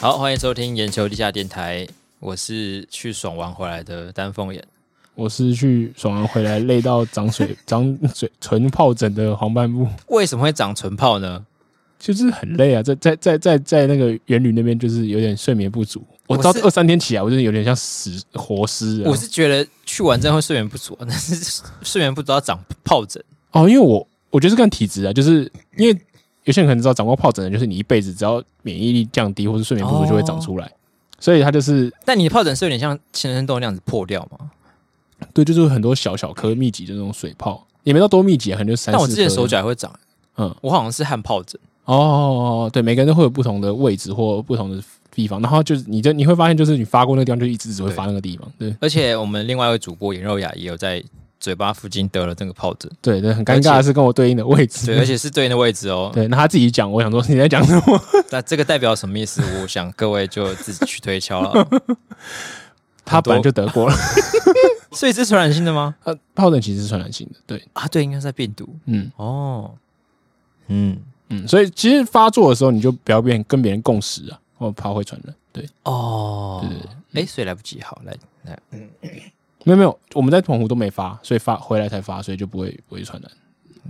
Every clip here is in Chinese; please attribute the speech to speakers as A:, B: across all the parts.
A: 好，欢迎收听眼球地下电台，我是去爽玩回来的丹凤眼。
B: 我是去爽完回来累到长水长嘴唇疱疹的黄斑部，
A: 为什么会长唇泡呢？
B: 就是很累啊，在在在在在那个园旅那边就是有点睡眠不足，我
A: 我
B: 到
A: 是
B: 二三天起来，我就是有点像死活尸啊
A: 我。是觉得去玩真的会睡眠不足，但是睡眠不足要长疱疹，
B: 哦，因为我我觉得是看体质啊，就是因为有些人可能知道长过疱疹的，就是你一辈子只要免疫力降低或是睡眠不足就会长出
A: 哦
B: 来，所以它就是
A: 但你的疱疹是有点像青春痘那样子破掉嘛？
B: 对，就是很多小小颗密集的那种水泡，也没到多密集啊，可能就三。
A: 但我之前手，脚也会长，
B: 嗯，
A: 我好像是汗疱疹。
B: 哦哦，哦对，每个人都会有不同的位置或不同的地方，然后就是你就你会发现，就是你发过那个地方，就一直只会发那个地方，对
A: 而且我们另外一位主播尹肉雅也有在嘴巴附近得了这个疱疹，
B: 对对，很尴尬的是跟我对应的位置，
A: 对，而且是嗯 对应的位置哦。
B: 对，那他自己讲，我想说你在讲什么？
A: 那这个代表什么意思？我想各位就自己去推敲 了。
B: 他本来就得过了，
A: 所以这是传染性的吗？
B: 呃，疱疹其实是传染性的，对，
A: 啊，对，应该是在病毒。
B: 嗯
A: 哦，嗯，
B: 嗯，所以其实发作的时候，你就不要变跟别人共识啊，我怕会传染，对，
A: 哦，哎，所以来不及，好，来来，
B: 没有没有，我们在澎湖都没发，所以发回来才发，所以就不会不会传染，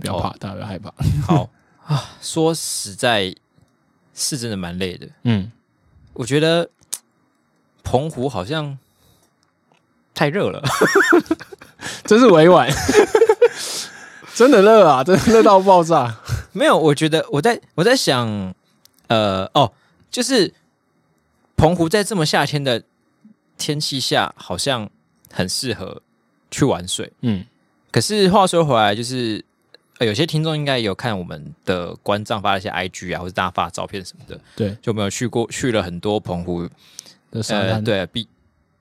B: 不要怕，大家不要害怕，
A: 好啊。说实在，是真的蛮累的。
B: 嗯，
A: 我觉得澎湖好像太热了，
B: 真是委婉。真的热啊，真的热到爆炸！
A: 没有，我觉得我在我在想，呃，哦，就是澎湖在这么夏天的天气下，好像很适合去玩水。
B: 嗯，
A: 可是话说回来，就是、呃、有些听众应该有看我们的官账发了一些 IG 啊，或者大家发的照片什么的，
B: 对，
A: 就没有去过去了很多澎湖，
B: 这沙
A: 呃，
B: 滩
A: 对，必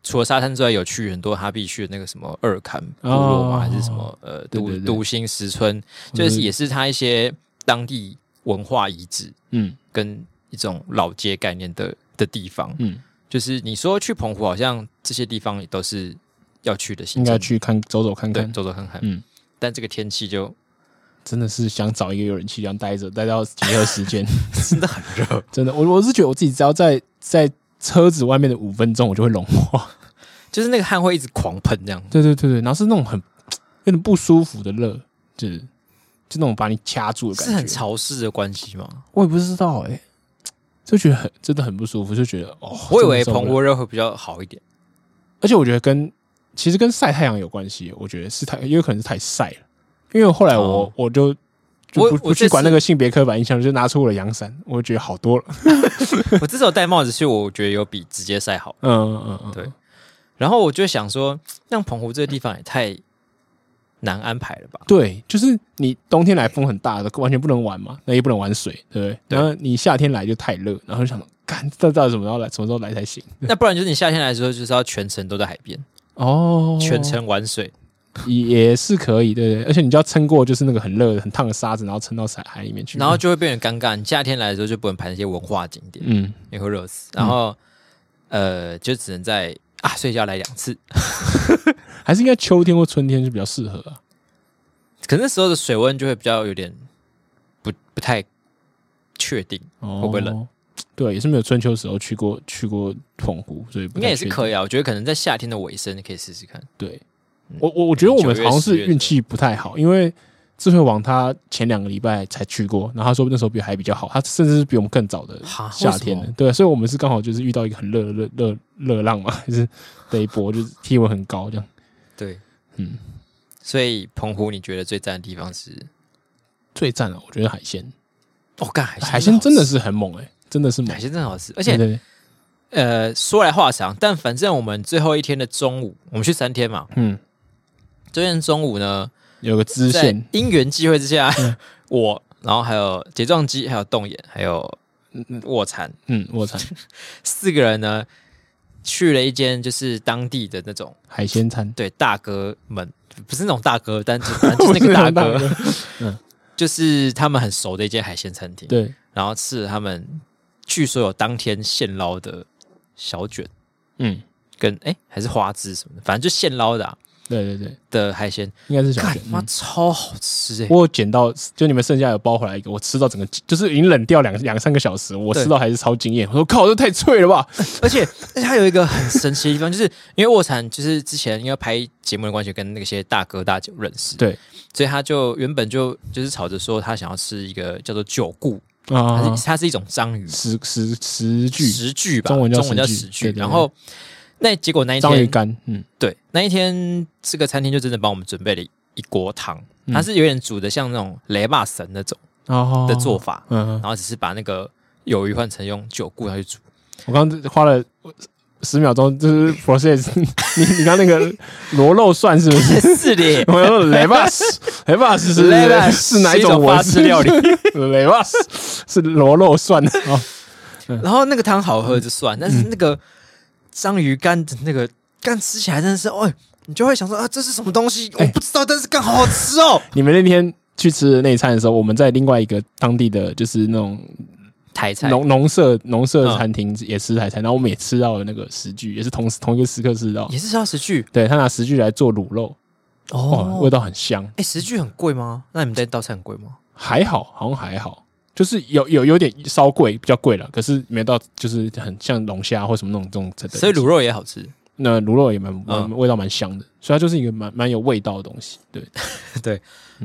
A: 除了沙滩之外，有去很多他必去的那个什么二坎部落嘛，
B: 哦
A: 还是什么呃
B: 对
A: 独
B: 对对
A: 独行石村，
B: 嗯
A: 就是也是他一些当地文化遗址
B: 嗯
A: 跟一种老街概念的的地方。
B: 嗯，
A: 就是你说去澎湖，好像这些地方也都是要去的行
B: 应
A: 程，
B: 该去看走走看
A: 对
B: 看，
A: 走走看看。
B: 嗯
A: 但这个天气就
B: 真的是想找一个有人气这样待着，待到集合时间。
A: 真的很热，
B: 真的，我我是觉得我自己只要在在车子外面的五分钟，我就会融化。
A: 就是那个汗会一直狂喷这样。
B: 对对对对，然后是那种很有点不舒服的热，就是就那种把你掐住的感觉。
A: 是很潮湿的关系吗？
B: 我也不知道哎、就觉得很真的很不舒服，就觉得哦，
A: 我以为
B: 真的受
A: 澎
B: 不了
A: 湖，热会比较好一点。
B: 而且我觉得跟其实跟晒太阳有关系，我觉得是太，也有可能是太晒了。因为后来我、
A: 哦
B: 我就就
A: 我
B: 不
A: 我
B: 不
A: 这
B: 去
A: 次
B: 管那个性别刻板印象，就拿出我的阳伞，我就觉得 好多了。
A: 我至少戴帽子，所以我觉得有比直接晒好。
B: 嗯嗯嗯嗯，
A: 对然后我就想说，像澎湖这个地方也太难安排了吧？
B: 对，就是你冬天来风很大的，完全不能玩嘛，那也不能玩水，对不对？
A: 对
B: 然后你夏天来就太热，然后就想干，这到底什么时候来，什么时候来才行？
A: 那不然就是你夏天来说，就是要全程都在海边，
B: 哦
A: 全程玩水。
B: 也也是可以，对不对？而且你就要撑过，就是那个很热、很烫的沙子，然后撑到海海里面去。
A: 然后，就会变得尴尬。你夏天来的时候就不能拍那些文化景点，
B: 嗯，
A: 你会热死。然后，呃，就只能在啊，所以就要来两次。
B: 还是应该秋天或春天是比较适合啊。
A: 可是那时候的水温就会比较有点不不太确定，
B: 哦，
A: 会不会冷？
B: 对，也是没有春秋时候去过去过澎湖，所以不
A: 应
B: 太
A: 该也是
B: 确定
A: 可以啊。我觉得可能在夏天的尾声你可以试试看。
B: 对，我我我觉得我们
A: 九月
B: 好像
A: 十
B: 是
A: 嗯月
B: 运气不太好，因为智慧王他前两个礼拜才去过，然后他说那时候比还比较好，他甚至是比我们更早的
A: 哈
B: 夏天
A: 为什
B: 的，对，所以我们是刚好就是遇到一个很热热热热浪嘛，就是的一波，就是体温很高这样。
A: 对，
B: 嗯，
A: 所以澎湖你觉得最赞的地方是？
B: 最赞了，我觉得海鲜，
A: 哦，干海鲜
B: 海鲜真的
A: 好
B: 是很猛哎、真的是嗯
A: 吃
B: 猛
A: 海，鲜真的好吃，而
B: 对
A: 且
B: 对对
A: 呃说来话长，但反正我们最后一天的中午，我们去三天嘛，
B: 嗯，
A: 这天中午呢，
B: 有个支
A: 在
B: 线，嗯
A: 因缘际会之下， 我然后还有睫状肌，还有动眼，还有卧蚕
B: 嗯，我餐
A: 四个人呢，去了一间就是当地的那种
B: 海鲜餐，
A: 对大哥们，不是那种大哥，但就反 正就是那
B: 不
A: 个
B: 是
A: 大
B: 那种大
A: 哥，
B: 哥
A: 就是他们很熟的一间海鲜餐厅。
B: 对，
A: 然后吃了他们据说有当天现捞的小卷
B: 嗯，
A: 跟哎还是花枝什么的，反正就现捞的、啊。
B: 对对对，
A: 的海鲜，
B: 应该是小
A: 干
B: 卷。嗯
A: 妈超好吃哎、
B: 我有捡到，就你们剩下有包回来一个，我吃到整个就是已经冷掉两两三个小时，我
A: 对
B: 吃到还是超惊艳。我说靠，这太脆了吧！
A: 而且而且它有一个很神奇的地方，就是因为卧蚕就是之前因为拍节目的关系，跟那些大哥大姐认识，
B: 对，
A: 所以他就原本就就是吵着说他想要吃一个叫做九固，它
B: 啊
A: 是，它是一种章鱼，
B: 十十十句
A: 石具吧，
B: 中文叫石
A: 石
B: 具
A: 具
B: 对。对
A: 然后那结果那一
B: 章鱼
A: 天，
B: 干，嗯，
A: 对，那一天这个餐厅就真的帮我们准备了一锅汤，它是有点煮的像那种雷霸神那种
B: 哦
A: 的做，法，
B: 嗯，
A: 然后只是把那个鱿鱼换成用九固下去 煮。
B: 我刚刚花了十秒钟，就是 process 你你刚 刚那个螺肉蒜是不是？
A: 是的，
B: 我说雷巴斯，雷巴斯是
A: Lebas
B: 是哪
A: 是一种
B: 文
A: 法式料理？
B: 雷巴斯是螺肉蒜哦，
A: 然后那个汤好喝就算，但是那个章鱼干的那个干吃起来真的是，哦，你就会想说啊，这是什么东西？我不知道，但是干好好吃哦。
B: 你们那天去吃的那一餐的时候，我们在另外一个当地的就是那种
A: 台菜嗯
B: 农农舍农舍餐厅也吃海餐，然后我们也吃到了那个石具，也是同时同一个时刻吃到。
A: 也是要石具
B: 对他拿石具来做卤肉，哇，味
A: 哦。
B: 道很香，
A: 哎，石具很贵吗？那你们在道菜很贵吗？
B: 还好，好像还好，就是有有有点稍贵，比较贵了，可是没到就是很像龙虾或什么那种这种真的。
A: 所以卤肉也好吃，
B: 那卤肉也蛮蛮、
A: 嗯
B: 味道蛮香的，所以它就是一个蛮蛮有味道的东西。对，
A: 对。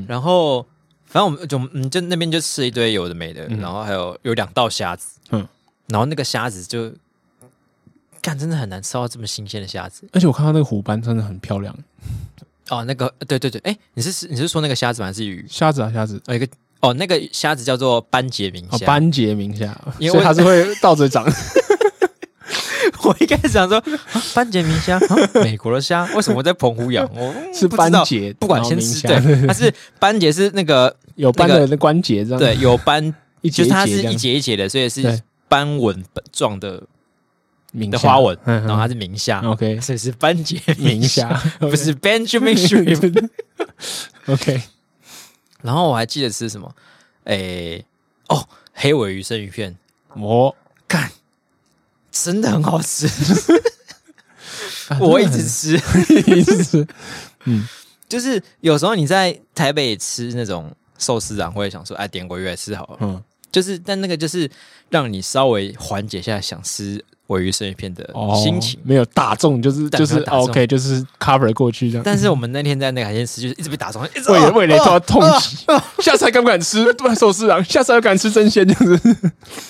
A: 然后反正我们就嗯，就那边就吃一堆有的没的，然后还有有两道虾子，嗯
B: 嗯，
A: 然后那个虾子就干真的很难吃到这么新鲜的虾子
B: 而且我看到那个虎斑真的很漂亮，
A: 哦。那个对对对，哎，你是你是说那个虾子吗？还是鱼？
B: 虾子啊虾子
A: 哦，一个哦，那个虾子叫做斑节明
B: 啊
A: 虾。
B: 斑节明虾，
A: 因为
B: 所以它是会倒着长。
A: 我一开始想说啊斑节明 虾，啊美国的虾，为什么我在澎湖养？我
B: 是
A: 不知道
B: 斑节
A: 不管
B: 然后
A: 先
B: 明
A: 吃
B: 虾
A: 对，它是斑节是那个
B: 有斑的关节这样，
A: 对，有斑，
B: 一节
A: 就是它是
B: 这
A: 一
B: 样
A: 节一节的，所以是
B: 对
A: 斑纹状的
B: 明
A: 的
B: 虾
A: 花纹，
B: 嗯
A: 然后它是明虾，
B: OK
A: 所以是斑节
B: 明虾，
A: 不是 Benjamin Shrimp。
B: OK
A: 然后我还记得吃什么，诶，哦，黑尾鱼生鱼片，
B: 我
A: 干，真的很好 吃，
B: 啊
A: 我一直吃。
B: 一直吃
A: 就是有时候你在台北吃那种寿司啊，会想说，哎，点尾鱼来吃好了。
B: 嗯
A: 就是，但那个就是让你稍微缓解一下想吃尾鱼生鱼片的
B: 哦
A: 心情。
B: 没有打中就是
A: 对
B: 就是
A: 没有打中
B: OK 就是 cover 过去这样，
A: 但是我们那天在那个海鲜吃，就是一直被打中，一直
B: 味
A: 啊
B: 味蕾
A: 啊
B: 受到痛击，
A: 哦
B: 下次还敢不敢吃寿司郎？啊下次还敢吃真鲜？就是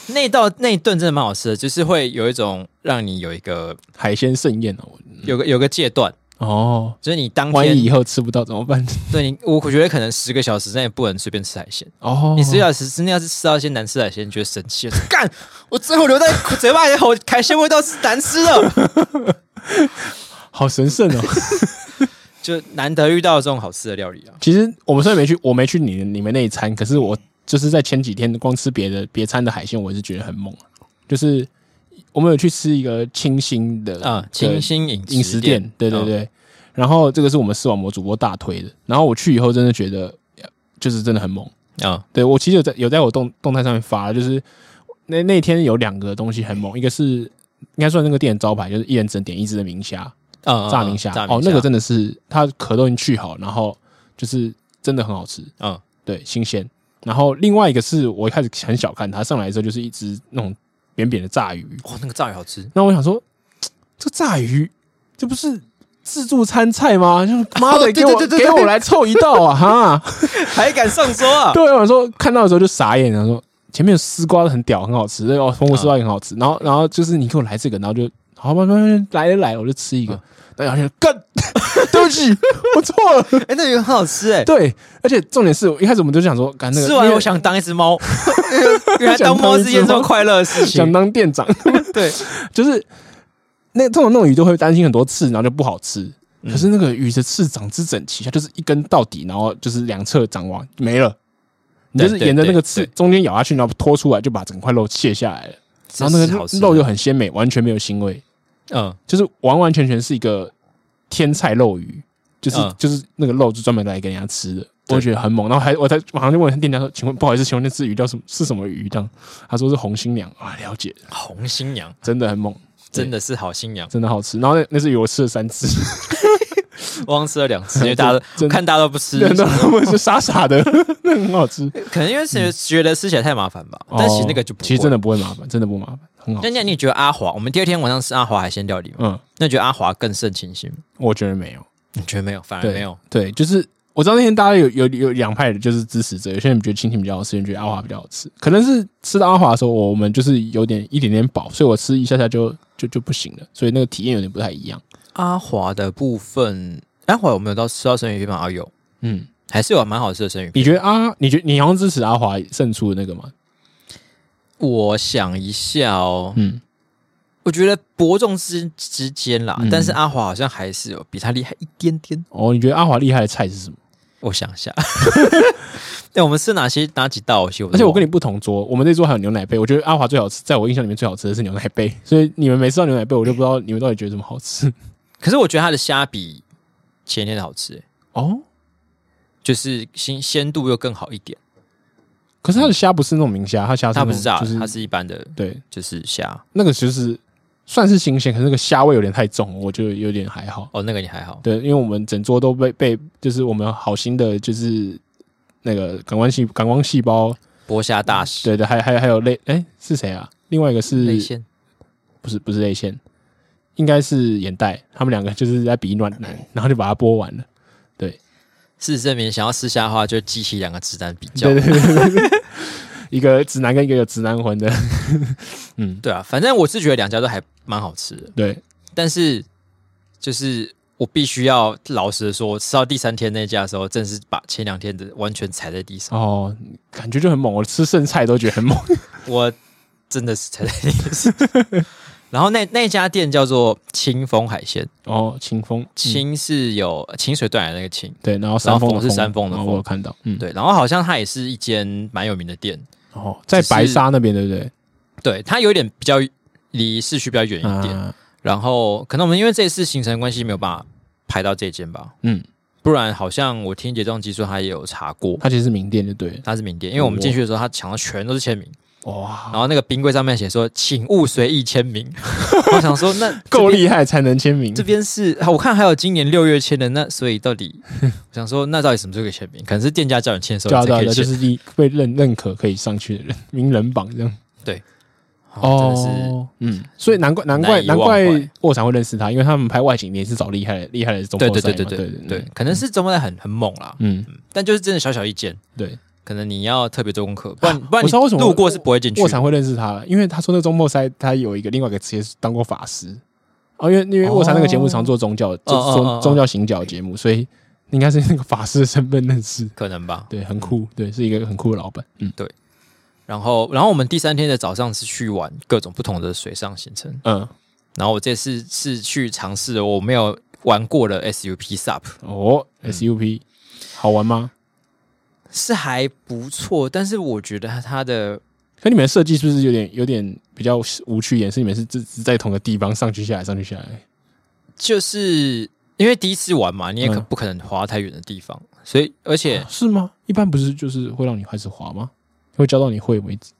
A: 那一道那一顿真的蛮好吃的，就是会有一种让你有一个
B: 海鲜盛宴哦
A: 有个有个戒断，
B: 哦，
A: 就是你当
B: 万一
A: 天
B: 以后吃不到怎么办？
A: 对你，我觉得可能十个小时内不能随便吃海鲜。
B: 哦，
A: 你十小时之内要是吃到一些难吃的海鲜，你觉得生气了， 干！我最后留在嘴巴里的口海鲜味道是难吃的。
B: 好神圣哦！
A: 就难得遇到这种好吃的料理啊。
B: 其实我们虽然没去，我没去你你们那一餐，可是我就是在前几天光吃别的别餐的海鲜，我也是觉得很猛啊。就是我们有去吃一个清新的
A: 啊
B: 的，
A: 清新饮
B: 饮食店，对对
A: 嗯
B: 对。然后这个是我们视网膜主播大推的，然后我去以后真的觉得呃就是真的很猛。
A: 啊，
B: 对我其实有在有在我动动态上面发，就是那那天有两个东西很猛，一个是应该算那个店的招牌，就是一人只能点一只的明虾，
A: 嗯
B: 炸明虾哦，那个真的是它壳都已经去好，然后就是真的很好吃，
A: 嗯
B: 对，新鲜。然后另外一个是我一开始很小看它，上来的时候就是一只那种扁扁的炸鱼，
A: 哇，那个炸鱼好吃，
B: 那我想说，这炸鱼这不是自助餐菜吗？就是妈的，
A: 对
B: 给我
A: 对对对
B: 给我来凑一道啊！哈，
A: 还敢上桌 啊？
B: 对，我想说看到的时候就傻眼，然后说前面有丝瓜很屌，很好吃，对哦，红果丝瓜也很好吃。然后然后就是你给我来这个，然后就好吧，慢慢来来，我就吃一
A: 嗯
B: 个。然后就干， 对不起，我错了。
A: 哎，那鱼很好吃哎，
B: 对，而且重点是我一开始我们就想说，干那个
A: 吃完
B: 因为
A: 我想当一只 猫，原 来当猫是一件这么快乐的事
B: 想
A: 情。
B: 当店长，
A: 对，
B: 就是那通常那种鱼都会担心很多刺，然后就不好吃。
A: 嗯
B: 可是那个鱼的刺长之整齐，它就是一根到底，然后就是两侧长完没了。你就是
A: 对对
B: 沿着那
A: 对
B: 个刺
A: 对
B: 中间咬下去，然后拖出来，就把整块肉卸下来了。然后
A: 这
B: 那
A: 是
B: 个
A: 好啊吃的
B: 肉又很鲜美，完全没有腥味，
A: 嗯
B: 就是完完全全是一个天菜肉鱼，就是、
A: 嗯
B: 就是那个肉就专门来给人家吃的，
A: 对
B: 我觉得很猛。然后还我才马上就问店家说：“请问不好意思，请问那只鱼叫什么？是什么鱼？”这样他说是红新娘啊，了解，
A: 红新娘
B: 真的很猛，
A: 真的是好新娘，
B: 真的好吃。然后那那只鱼我吃了三次，
A: 我刚吃了两次，因为大家都
B: 真的
A: 看大家都不吃，
B: 人都他们就傻傻的， 那很好吃。
A: 可能因为是觉得吃起来太麻烦吧。但其实那个就不
B: 哦其实真
A: 的。
B: 的不会麻烦，真的不麻烦，很好
A: 那。那你觉得阿华？我们第二天晚上吃阿华海鲜料理嘛？
B: 嗯，
A: 那你觉得阿华更胜清新吗？
B: 我觉得没有，
A: 你觉得没有，反而
B: 对
A: 没有。
B: 对，就是我知道那天大家有有有两派的，就是支持者，有些人觉得蜻蜓比较好吃，有些人觉得阿华比较好吃。可能是吃到阿华的时候，我们就是有点一点点饱，所以我吃一下下就就就不行了，所以那个体验有点不太一样。
A: 阿华的部分，阿华有没有到吃到生鱼片吗？啊，有，
B: 嗯，
A: 还是有蛮好吃的生鱼片。
B: 你觉得阿？你觉得你好像支持阿华胜出的那个吗？
A: 我想一下哦，
B: 嗯，
A: 我觉得伯仲之之间啦，
B: 嗯
A: 但是阿华好像还是有比他厉害一点点。
B: 哦，你觉得阿华厉害的菜是什么？
A: 我想一下， 对，我们吃哪些哪几道？其实
B: 而且我跟
A: 你
B: 你不同桌，我们那桌还有牛奶杯。我觉得阿华最好吃，在我印象里面最好吃的是牛奶杯，所以你们每次到牛奶杯，我就不知道你们到底觉得怎么好吃。
A: 可是我觉得它的虾比前天的好吃、欸
B: 哦，
A: 就是新鲜度又更好一点。
B: 可是它的虾不是那种明虾，它虾是
A: 它
B: 那
A: 不
B: 种
A: 是炸
B: 就
A: 的，
B: 是
A: 它是一般的，
B: 对
A: 就是虾。
B: 那个就是算是新鲜，可是那个虾味有点太重了，我觉得有点还好。
A: 哦，那个你还好。
B: 对，因为我们整桌都被被就是我们好心的就是那个感官细感光细胞，
A: 剥虾大师，
B: 对对，还还还有泪哎、是谁啊？另外一个是
A: 内线
B: 不是不是泪腺，应该是眼袋。他们两个就是在比暖男，
A: 嗯
B: 然后就把它播完了。
A: 事实证明，想要吃虾的话，就激起两个直男比较。
B: 对对对对对，一个直男跟一个有直男魂的，
A: 对啊，反正我是觉得两家都还蛮好吃的，
B: 对，
A: 但是就是我必须要老实的说，吃到第三天那家的时候，真是把前两天的完全踩在地上，
B: 哦，感觉就很猛。我吃剩菜都觉得很猛。
A: 我真的是踩在地上。 然后那那家店叫做清风海鲜，
B: 哦，清风，嗯
A: 清是有清水断崖那个清，
B: 对，然后山
A: 然
B: 峰
A: 后
B: 的
A: 风是山峰的
B: 然后
A: 风
B: 我有看到，嗯，，
A: 对，然后好像它也是一间蛮有名的店，
B: 哦，在白沙那边，对不对？
A: 对，它有点比较离市区比较远一点，
B: 啊，
A: 然后可能我们因为这次行程关系没有办法排到这间吧，
B: 嗯，
A: 不然好像我听结账机说他也有查过，
B: 它其实是名店，就对了。
A: 他是名店，因为
B: 哦
A: 我们进去的时候他墙上全都是签名，然
B: 哇，
A: 后那个冰柜上面写说请勿随意签 名，我想说那
B: 够
A: 这边
B: 厉害才能签名
A: 这。边是，啊我看还有今年六月签的，那所以到 底我想说，那到底什么时候可以签名？可能是店家叫你签的时
B: 对
A: 候
B: 啊
A: 你才
B: 对啊，
A: 可
B: 对
A: 以
B: 啊
A: 签
B: 就，是你被认认可可以上去的人，名人榜这样。
A: 哦真的是，
B: 嗯，所以难怪难怪
A: 难以
B: 难
A: 忘
B: 怪
A: 怀
B: 卧蚕会认识他，因为他们拍外景也是找厉害的厉害的中
A: 对
B: 国
A: 对
B: 赛
A: 对
B: 嘛，
A: 对
B: 对
A: 对对，，可能是中国人很很猛啦，
B: 嗯，
A: 但就是真的小小一间，
B: 对。
A: 可能你要特别做功课，不然不然
B: 啊我知道为什
A: 你
B: 么
A: 路过是不会进去
B: 卧。蚕会认识他了，因为他说那个中破塞他有一个另外一个职业是当过法师，哦，因为因为
A: 哦
B: 卧蚕那个节目常做宗教，就
A: 哦哦哦
B: 宗宗教行脚节目，所以应该是那个法师的身份认识，
A: 可能吧，
B: 对，很酷，对，是一个很酷的老板，嗯
A: 然后，然后我们第三天的早上是去玩各种不同的水上行程，
B: 嗯，
A: 然后我这次是去尝试了我没有玩过的 SUP SUP，
B: 哦，SUP 好玩吗？
A: 是还不错，但是我觉得它的
B: 可你们的设计是不是有点有点比较无趣一点？是你们是只只在同个地方上去下来上去下来？
A: 就是因为第一次玩嘛，你也可
B: 嗯
A: 不可能滑太远的地方，所以而且
B: 啊是吗？一般不是就是会让你开始滑吗？会教到你会为止。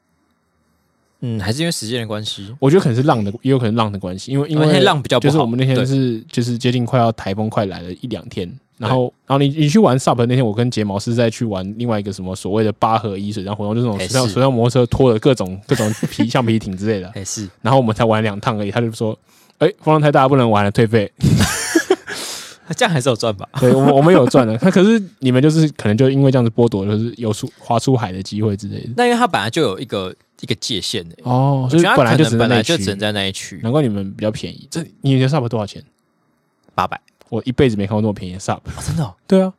A: 嗯，还是因为时间的关系，
B: 我觉得可能是浪的，也有可能浪的关系，因为因
A: 而且
B: 为
A: 浪比较不
B: 就
A: 好。
B: 是我们那
A: 对
B: 天是就是接近快要台风快来了一两天，然后然后你你去玩 SUP 的那天，我跟睫毛是在去玩另外一个什么所谓的八合一水上活动，就是那种
A: 哎
B: 水上
A: 是
B: 水上摩托车拖着各种各种皮橡皮艇之类的，
A: 哎 是
B: 然后我们才玩两趟而已，他就说。哎，风浪太大，不能玩了，退 费。
A: 这样还是有赚吧？
B: 对我们，我们有赚的。他可是你们就是可能就因为这样子剥夺，就是有出划出海的机会之类的。
A: 那因为它本来就有一个一个界限的、
B: 哦，
A: 我觉
B: 所以
A: 得它
B: 本来
A: 可
B: 就
A: 能
B: 只能嗯
A: 本来
B: 内
A: 就
B: 驱
A: 只能在那一区
B: 难怪你们比较便宜。这你的 SUP 多少钱？
A: 八百，
B: 我一辈子没看过那么便宜的 SUP。
A: 哦真的哦
B: 对啊，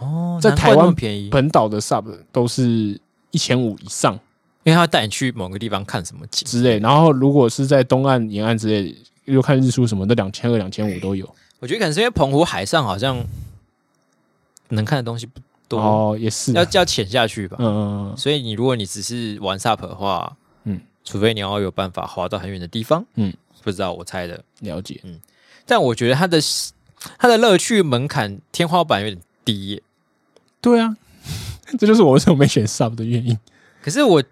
A: 哦，
B: 在
A: 难怪
B: 台湾
A: 那么便宜，
B: 本岛的 SUP 都是一千五以上
A: 因为他带你去某个地方看什么景
B: 之类，然后如果是在东岸沿岸之类，又看日出什么的，两千二、两千五都有。
A: 我觉得可能是因为澎湖海上好像能看的东西不多，
B: 哦，也是啊，
A: 要要潜下去吧。
B: 嗯嗯，嗯
A: 所以你如果你只是玩 SUP 的话，
B: 嗯，
A: 除非你要有办法滑到很远的地方，
B: 嗯，
A: 不知道我猜的。
B: 了解。
A: 但我觉得它的它的乐趣门槛天花板有点低耶。
B: 对啊， 这就是我为什么没选 SUP 的原因。
A: 可是我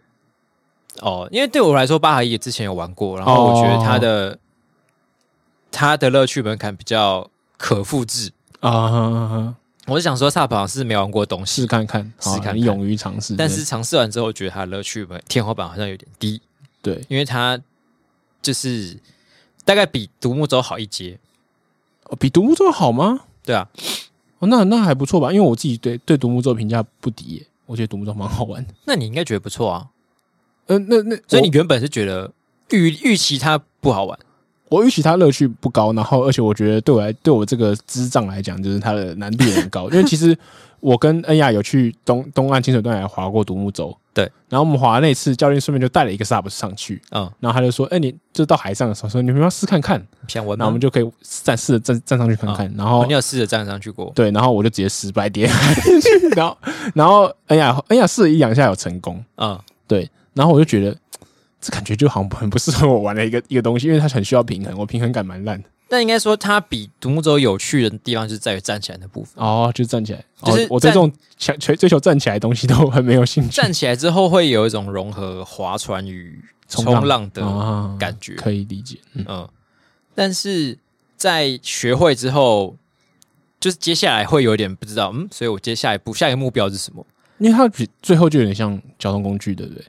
A: 哦，因为对我来说，八合一之前有玩过，然
B: 哦
A: 后我觉得它的、它的乐趣门槛比较可复制，
B: 啊哈哈哈，
A: 我是想说，萨宝是没玩过东
B: 试
A: 西，
B: 看看，好
A: 试看看
B: 你勇于尝试。
A: 但是尝试完之后，觉得它乐趣天花板好像有点低，
B: 对，对
A: 因为它就是大概比独木舟好一阶，
B: 哦比独木舟好吗？
A: 对啊，
B: 哦，那那还不错吧，因为我自己对对独木舟评价不低耶，我觉得独木舟蛮好 玩的。
A: 那你应该觉得不错啊。
B: 嗯、那那
A: 所以你原本是觉得预预期它不好玩，
B: 我预期它乐趣不高，然后而且我觉得对我来对我这个智障来讲，就是它的难度也很高。 因为其实我跟恩雅有去东东岸清水断崖划过独木舟，
A: 对。
B: 然后我们划那次，教练顺便就带了一个 sub 上去，
A: 嗯，
B: 然后他就说：“哎、你就到海上的时候，说你们要试看看。
A: 想”玩
B: 然
A: 吗
B: 后我们？就可以站试着站站上去看看。然后
A: 哦你有试着站上去过？
B: 对，然后我就直接失败跌 下去，然后然后哎恩雅恩雅试了一两下有成功，
A: 嗯，
B: 对，然后我就觉得这感觉就好像很不适合我玩的一个一个东西，因为它很需要平衡，我平衡感蛮烂的。
A: 但应该说它比独木舟有趣的地方就是在于站起来的部分。
B: 哦，就站起来，
A: 就是
B: 哦、我对
A: 站
B: 这种想追追求站起来的东西都很没有兴趣。
A: 站起来之后会有一种融合划船与
B: 冲
A: 冲浪的
B: 啊
A: 感觉，
B: 可以理解，嗯，
A: 嗯，但是在学会之后，就是接下来会有点不知道，嗯，所以我接下一步下一个目标是什么？
B: 因为它比最后就有点像交通工具，对不对？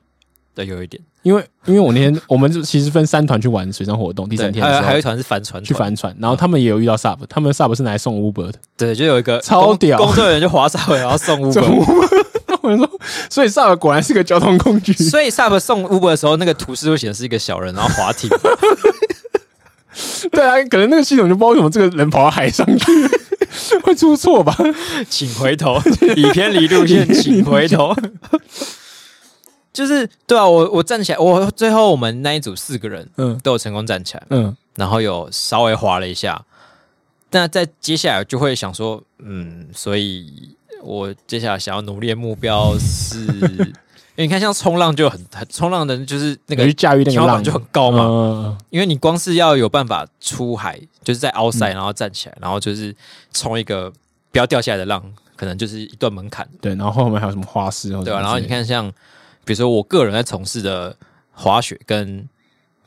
A: 对，有一点。
B: 因为因为我那天 我们就其实分三团去玩水上活动，第
A: 对，
B: 三天
A: 还
B: 的
A: 有
B: 时
A: 还有一
B: 候
A: 团是帆船
B: 去
A: 团，
B: 帆船，然后他们也有遇到 sub，他们 sub 是拿来送 Uber 的，
A: 对，就有一个
B: 超
A: 工
B: 屌
A: 工作人员就划上来，然后 送
B: 送
A: Uber。
B: Uber。我 说，所以 sub 果然是个交通工具，
A: 所以 Sub 送 Uber 的时候，那个图示会显示一个小人，然后滑艇。
B: 对啊，可能那个系统就不知道为什么这个人跑到海上去， 会出错吧？
A: 请回头， 以偏离路线，请回头。 就是对啊，我我站起来，我最后我们那一组四个人
B: 嗯
A: 都有成功站起来，
B: 嗯，
A: 然后有稍微滑了一下。那在接下来就会想说，嗯，所以我接下来想要努力的目标是， 因为你看像冲浪就很很冲浪的，就是那
B: 那
A: 个
B: 去驾驭那
A: 天
B: 个
A: 花
B: 浪嗯
A: 板就很高嘛，
B: 嘛，
A: 因为你光是要有办法出海，就是在 outside 然后站起来，然后就是冲一个不要掉下来的浪，可能就是一段门槛，
B: 对，然后后面还有什么花式，
A: 对啊吧、然后你，看像，嗯比如说我个人在从事的滑雪跟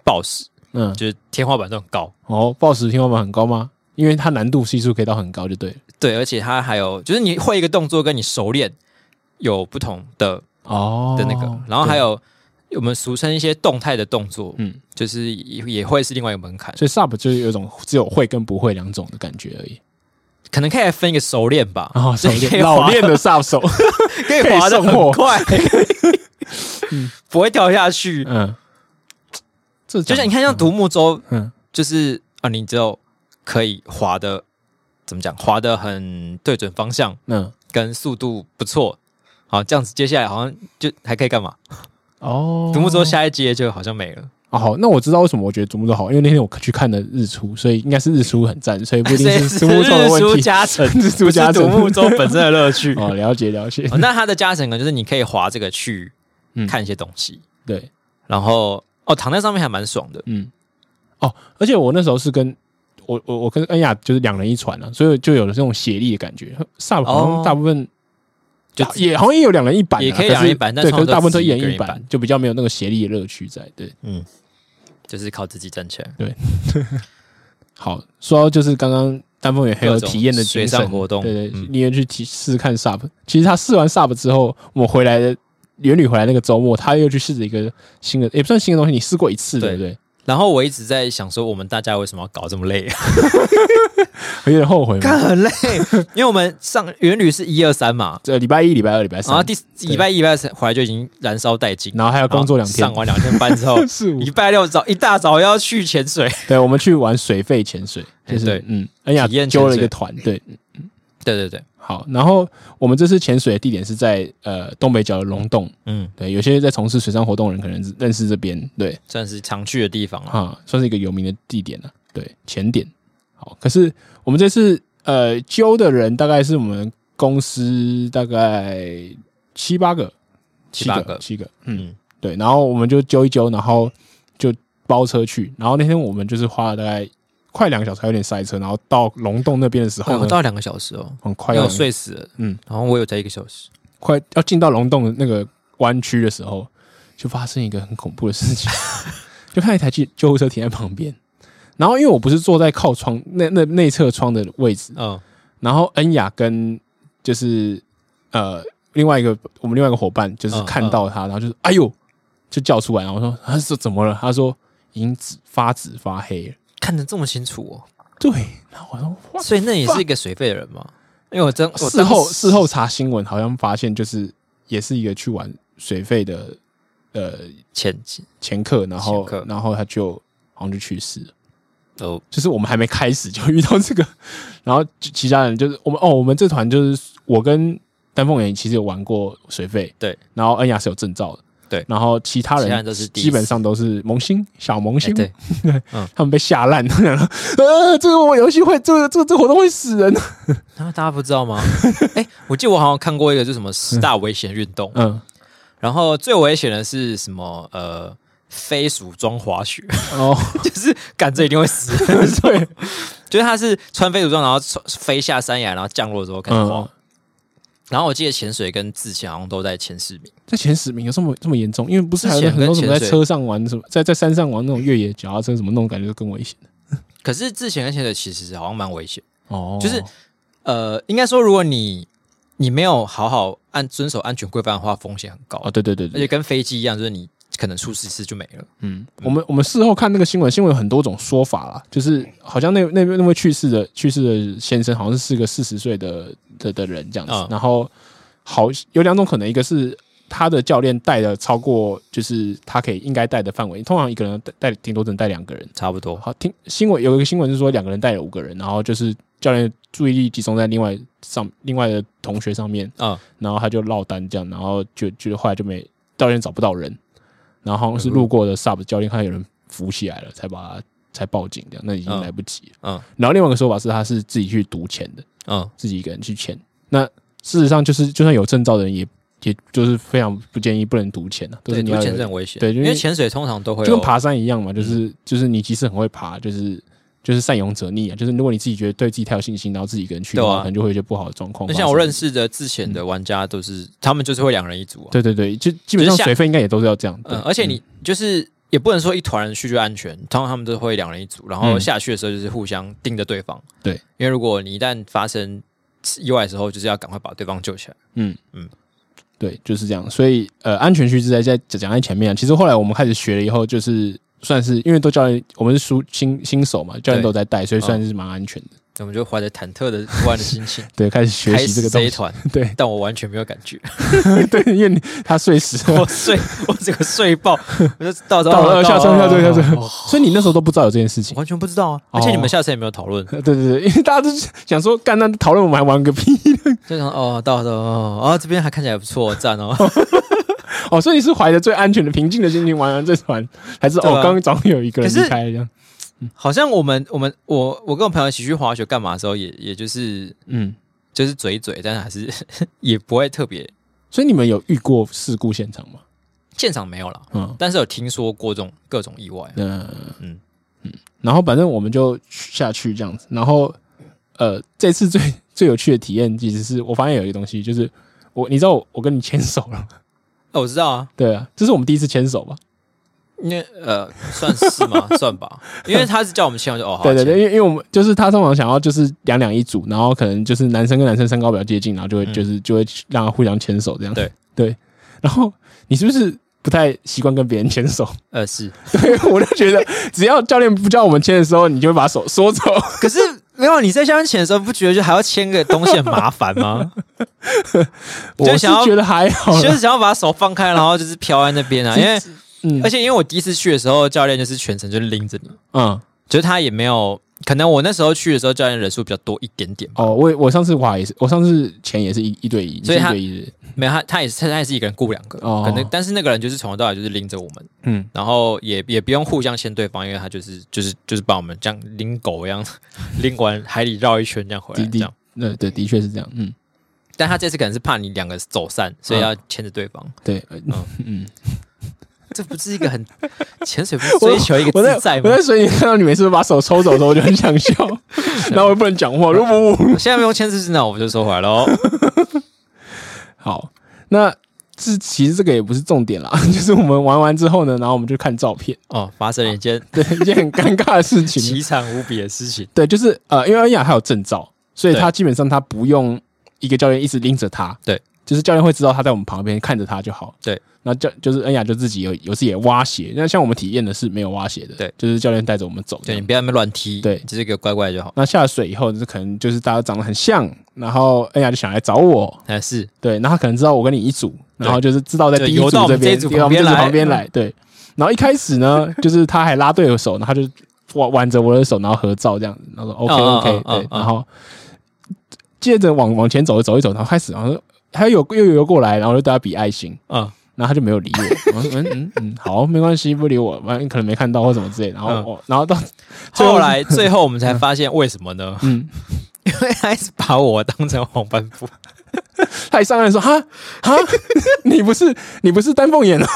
A: 暴食，
B: 嗯，
A: 就是天花板都很高，
B: 哦，暴食天花板很高吗？因为它难度系数可以到很高，就对了。
A: 对，而且它还有就是你会一个动作跟你熟练有不同的
B: 哦
A: 的那个，然后还，有我们俗称一些动态的动作，
B: 嗯，
A: 就是也也会是另外一个门槛，
B: 所以 sub 就是有一种只有会跟不会两种的感觉而已。
A: 可能可以来分一个哦熟练吧，
B: 然后手
A: 就是可
B: 练
A: 以
B: 老
A: 滑
B: 练的 sub 手，
A: 可以滑的很快，不会掉下去。
B: 嗯，这
A: 就像你
B: 看，
A: 看，像独木舟，
B: 嗯，
A: 就是啊，你只有可以滑的，怎么讲，滑的很对准方向，
B: 嗯，
A: 跟速度不错。好，这样子接下来好像就还可以干嘛？
B: 哦，
A: 独木舟下一阶就好像没了，
B: 哦，好，那我知道为什么我觉得独木舟好，因为那天我去看了日出，所以应该是日出很赞，所以不一定是
A: 是
B: 独木舟的
A: 日
B: 问
A: 出
B: 题，
A: 加成，
B: 日
A: 不
B: 出
A: 是
B: 加
A: 独
B: 成。
A: 木舟本身的乐趣
B: 哦，了解了解，
A: 哦那它的加成呢，就是你可以滑这个去
B: 嗯
A: 看一些东西，
B: 对，
A: 然后哦，躺在上面还蛮爽的。
B: 嗯，哦，而且我那时候是跟我我我跟恩雅就是两人一船啊，所以就有了这种协力的感觉。萨好像大部分、
A: 哦就
B: 啊也好像也有两人一板啊、
A: 也可以
B: 是
A: 两人一板但
B: 对，
A: 通
B: 可
A: 常
B: 是大部分
A: 都
B: 都
A: 是
B: 一人
A: 一个人
B: 一
A: 一
B: 板
A: 板，
B: 就比较没有那个协力的乐趣在。对，
A: 嗯，就是靠自己站起来。
B: 好，说到就是刚刚丹凤也很有
A: 各种
B: 体验的精
A: 水
B: 神
A: 上活动
B: 对对，
A: 嗯
B: 你也去体试试看 SUP。其实他试完 SUP 之后，我们回来的远旅回来那个周末，他又去试了一个新的，也不算新的东西，你试过一次，对
A: 对
B: 不对？
A: 然后我一直在想说，我们大家为什么要搞这么累？
B: 有点后悔嘛。
A: 看很累， 因为我们上原旅是一二三嘛，
B: 这礼拜一、礼拜二、礼拜
A: 然
B: 三
A: 后，啊第礼拜一、礼拜三回来就已经燃烧殆尽，
B: 然后还要工作两天，
A: 上，完两天班之后
B: 是
A: 礼拜六早一大早要去潜水。
B: 对，我们去玩水肺潜水，就是
A: 哎对
B: 嗯，恩雅
A: 体验潜
B: 揪了一
A: 水
B: 个团，对，
A: 对对对，
B: 好，然后我们这次潜水的地点是在呃东北角的龙洞，
A: 嗯，
B: 对，有些在从事水上活动的人可能认识这边，对，
A: 算是常去的地方了。
B: 啊，算是一个有名的地点了、对，潜点。好，可是我们这次呃揪的人大概是我们公司大概七八个，
A: 七
B: 七
A: 八
B: 个，
A: 个
B: 七个，嗯
A: 嗯，
B: 对。然后我们就揪一揪，然后就包车去。然后那天我们就是花了大概快两个小时，还有点塞车。然后到龙洞那边的时
A: 哦
B: 候
A: 我
B: 呢，
A: 到两个小时哦，
B: 很快
A: 因为我
B: 要
A: 睡死了，
B: 嗯
A: 嗯，然后我有在一个小时，
B: 快要进到龙洞的那个湾区的时候，就发生一个很恐怖的事情， 就看一台救救护车停在旁边，然后因为我不是坐在靠窗那那内侧窗的位置，
A: 嗯，
B: 然后恩雅跟就是呃另外一个我们另外一个伙伴就是
A: 嗯
B: 看到他，然后就是哎呦就叫出来，然后我说他说怎么了？他说已经紫发紫发黑了。
A: 看得这么清楚
B: 对，然后我说
A: 哦，
B: 哇，
A: 所以那也是一个水费的人嘛。因为我真我
B: 事后
A: 当时
B: 事后查新闻好像发现就是也是一个去玩水费的呃
A: 前期
B: 前客，然后
A: 前客
B: 然后他就好像就去世了。
A: 哦，
B: 就是我们还没开始就遇到这个， 然后就其他人就是我们哦，我们这团就是我跟丹凤眼其实有玩过水费，
A: 对，
B: 然后恩雅是有证照的，
A: 对
B: 然后其他
A: 其他
B: 人
A: 人都是第一次
B: 基本上都是萌新小萌
A: 哎
B: 新，
A: 对，
B: 他们被吓烂， 他们想说呃，这个我游戏会，这个这个这个活动会死人，
A: 然啊后大家不知道吗？ 哎，我记得我好像看过一个，就是什么十大危险运动，
B: 嗯，
A: 然后最危险的是什么？呃，非鼠装滑雪，
B: 哦，
A: 就是赶这一定会死。
B: 对，
A: 就是他是穿飞鼠装，然后穿飞下山崖，然后降落之后开始滑。
B: 嗯，
A: 然后我记得潜水跟自潜好像都在前十名。
B: 在前十名有这么这么严重？因为不是还有
A: 之前
B: 很多
A: 跟
B: 什么在
A: 潜水
B: 车上玩什么，在在山上玩那种越野脚踏车什么那种感觉就更危险的
A: 可是自潜跟潜水其实好像蛮危险。
B: 哦
A: 就是呃，应该说如果你你没有好好按遵守安全规范的话，风险很高，
B: 哦，对对对
A: 而
B: 对
A: 且，跟飞机一样，就是你可能出事一次就没了。
B: 嗯，我们我们事后看那个新闻，新闻有很多种说法啦，就是好像那那那位去世的去世的先生，好像是个四十岁的的的人这样子，
A: 嗯
B: 然后好有两种可能，一个是他的教练带的超过就是他可以应该带的范围，通常一个人带带顶多只能带两个人。
A: 差不多，
B: 好，听新闻有一个新闻是说两个人带了五个人，然后就是教练注意力集中在另外上另外的同学上面，
A: 嗯，
B: 然后他就落单这样，然后就就后来就没教练找不到人，然后好像是路过的 sub 教练看到有人扶起来了，才把他才报警这样，那已经
A: 嗯
B: 来不及了。
A: 嗯
B: 然后另外一个说法是他是自己去赌钱的，
A: 嗯，
B: 自己一个人去签。那事实上就是，就算有证照的人也也就是非常不建议不能赌钱的、啊，都
A: 对，
B: 是你
A: 读
B: 要有
A: 潜水很危险，
B: 对因
A: 因
B: 为
A: 为潜水通常都会
B: 就跟
A: 有嗯
B: 爬山一样嘛，就是、就是你即使很会爬，就是。就是善勇者逆啊，就是如果你自己觉得对自己太有信心，然后自己一个人去的
A: 对
B: 话，
A: 啊
B: 可能就会有一些不好的状况发
A: 那
B: 生。
A: 像我认识的自潜的玩家都是，他们就是会两人一组啊。
B: 嗯对对对，就基本上
A: 就是下
B: 水费应该也都是要这样。对
A: 嗯，而且你就是也不能说一团人去就安全，通常他们都会两人一组，然后
B: 嗯
A: 下去的时候就是互相盯着对方。
B: 对，
A: 因为如果你一旦发生意外的时候，就是要赶快把对方救起来。
B: 嗯嗯
A: 嗯，
B: 对，就是这样。所以呃，安全须知在在讲在前面、啊。其实后来我们开始学了以后，就是算是因为都教练，我们是熟新新手嘛，教练都有在带，所以算是蛮安全的。
A: 我们就怀着忐忑的不安的心情
B: 对，开始 学
A: 开
B: 习这
A: 始
B: 个
A: 这
B: 东
A: 一
B: 西。
A: 团，
B: 对
A: 但我完全没有感觉，
B: 对，因为你他睡 死了
A: 我，睡，我整个睡爆，我就到时候
B: 到了下车下车下，
A: 到
B: 车
A: 了哦
B: 所以你那时候都不知道有这件事情
A: 我。完全不知道啊！而且你们下车也没有讨论，
B: 呃 对对对，因为大家都想说，干那讨论我们还玩个屁
A: 就想哦，到时候哦，哦这边还看起来不 错，赞哦。
B: 哦，所以你是怀着最安全的、平静的心情玩完这团，还是、
A: 对
B: 哦
A: 啊
B: 刚刚总有一个人
A: 可是
B: 离开了这样？
A: 好像我们我们我我跟我朋友一起去滑雪干嘛的时候也，也就是
B: 嗯，
A: 就是嘴一嘴，但是还是 也不会特别
B: 所以你们有遇过事故现场吗？
A: 现场没有啦，
B: 嗯，
A: 但是有听说过这种各种意外啊、
B: 嗯嗯
A: 嗯，
B: 然后反正我们就下去这样子。然后呃，这次最最有趣的体验，其实是我发现有一个东西，就是我你知道我我跟你牵手了吗，
A: 哦，我知道啊，
B: 对啊，这是我们第一次牵手吧？
A: 因为呃，算是 吗？算吧，因为他是叫我们签，我就哦，好
B: 对对
A: 签
B: 对，因为因为我们就是他通常想要就是两两一组，然后可能就是男生跟男生身高比较接近，然后就会、
A: 嗯
B: 就是就会让他互相牵手这样。
A: 对
B: 对，然后你是不是？不太习惯跟别人牵手，
A: 呃是，
B: 对，我就觉得只要教练不叫我们牵的时候，你就会把手 缩走。
A: 可是没有你在下面签的时候，不觉得就还要签个东西很麻烦 吗？
B: 我
A: 就是想要
B: 觉得还好啦，
A: 就是想要把手放开，然后就是飘在那边啊，因 为
B: 嗯
A: 而且因为我第一次去的时候，教练就是全程就拎着你，
B: 嗯，
A: 就是他也没有，可能我那时候去的时候，教练人数比较多一点点吧。
B: 哦，我也我上次哇也是，我上次前也是一一对一，
A: 所以
B: 你是
A: 他
B: 一对一的，
A: 没有，他他也是他也是一个人雇两个，
B: 哦
A: 可能但是那个人就是从头到尾就是拎着我们，
B: 嗯，
A: 然后也也不用互相牵对方，因为他就是就是就是把我们这样拎狗一样 拎完海里绕一圈这样回来
B: 的
A: 这
B: 的
A: 样。
B: 呃对，的确是这样，嗯，
A: 但他这次可能是怕你两个走散，所以要牵着对方。
B: 对，呃
A: 这不是一 个很潜水不是追求一个
B: 我在
A: 自在
B: 我
A: 吗？
B: 在水里看到你每次把手抽走的时候，我就很想 笑， 然后我又不能讲话，如果我
A: 现在没有牵制那我们就收回来哦 喽。
B: 好，那这其实这个也不是重点啦， 就是我们玩完之后呢，然后我们就看照片，
A: 哦，发生了一件
B: 对，一件很尴尬的事情，
A: 奇惨无比的事情。
B: 对，就是呃，因为恩雅还有证照，所以
A: 对
B: 他基本上他不用一个教练一直拎着他，
A: 对，
B: 就是教练会知道他在我们旁边看着他就好，
A: 对。
B: 那教就是恩雅就自己有有自己的挖鞋，那像我们体验的是没有挖鞋的，
A: 对，
B: 就是教练带着我们走，
A: 对你不要在那边乱踢，
B: 嗯对
A: 就是给我乖乖就好。
B: 那下了水以后，就是可能就是大家长得很像，然后恩雅就想来找我，
A: 哎，是
B: 对，然后他可能知道我跟你一组，然后就是知道在
A: 就
B: 第一
A: 游
B: 组
A: 到我
B: 这
A: 们这一
B: 边，
A: 组
B: 游到我
A: 旁边
B: 们这
A: 来
B: 旁边来，对。然后一开始呢，就是他还拉队友手，然后他就挽挽着我的手，然后合照这样子，然后说 OK
A: 嗯嗯
B: OK，
A: 嗯
B: 对
A: 嗯，嗯
B: 然后接着往往前走走一走，然后开始，然后他有又游过来，然后就对他比爱心，
A: 嗯，
B: 然后他就没有理我，我说嗯嗯嗯，好，没关系，不理我，反正可能没看到或什么之类的，然后
A: 嗯
B: 我，然后到最后
A: 后来嗯最后我们才发现为什么呢？
B: 嗯，
A: 因为他一直把我当成黄斑部，
B: 他一上来说哈哈， 你不是你不是丹凤眼哦，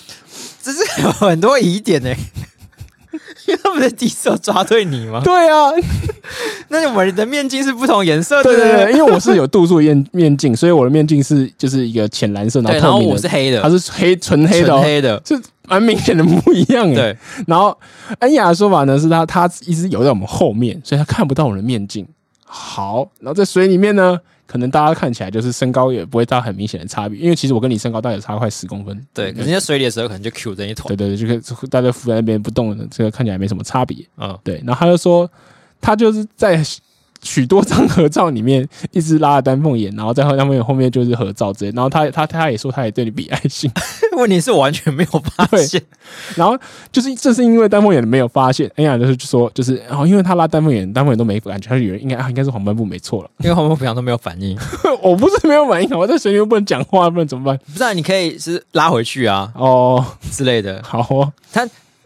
A: 这是有很多疑点呢。 因为他们的第一次有抓对你吗？
B: 对啊，
A: 那我们的面镜是不同颜色的，
B: 对对对，因为我是有度数面面镜，所以我的面镜是就是一个浅蓝色，然
A: 对，
B: 后
A: 然后
B: 透明
A: 我
B: 的，
A: 是黑的，
B: 它是黑纯黑的、
A: 纯
B: 哦，
A: 黑的，嗯
B: 就蛮明显的不一样哎。
A: 对，
B: 然后恩雅的说法呢是他他一直游在我们后面，所以他看不到我们的面镜。好，然后在水里面呢，可能大家看起来就是身高也不会到很明显的差别，因为其实我跟你身高大概有差快十公分。
A: 对，可是你在水里的时候可能就 Q 成一团，
B: 对对对，就可以大家浮在那边不动的，这个看起来没什么差别。
A: 嗯，
B: 对，然后他就说，他就是在许多张合照里面一直拉着丹凤眼，然后在丹凤眼后面就是合照之类，然后他他他也说他也对你比爱心，
A: 问题是我完全没有发现，
B: 然后就是正是因为丹凤眼没有发现，哎呀，就是说就是，然、后因为他拉丹凤眼，丹凤眼都没感觉，他就以为应该啊应该是黄斑部没错了，
A: 因为黄斑部平常都没有反 应，
B: 我不是没有反应，啊我在水里面不能讲话，不然怎么办？
A: 不然你可以是拉回去啊
B: 哦，
A: 之类的。
B: 好哦，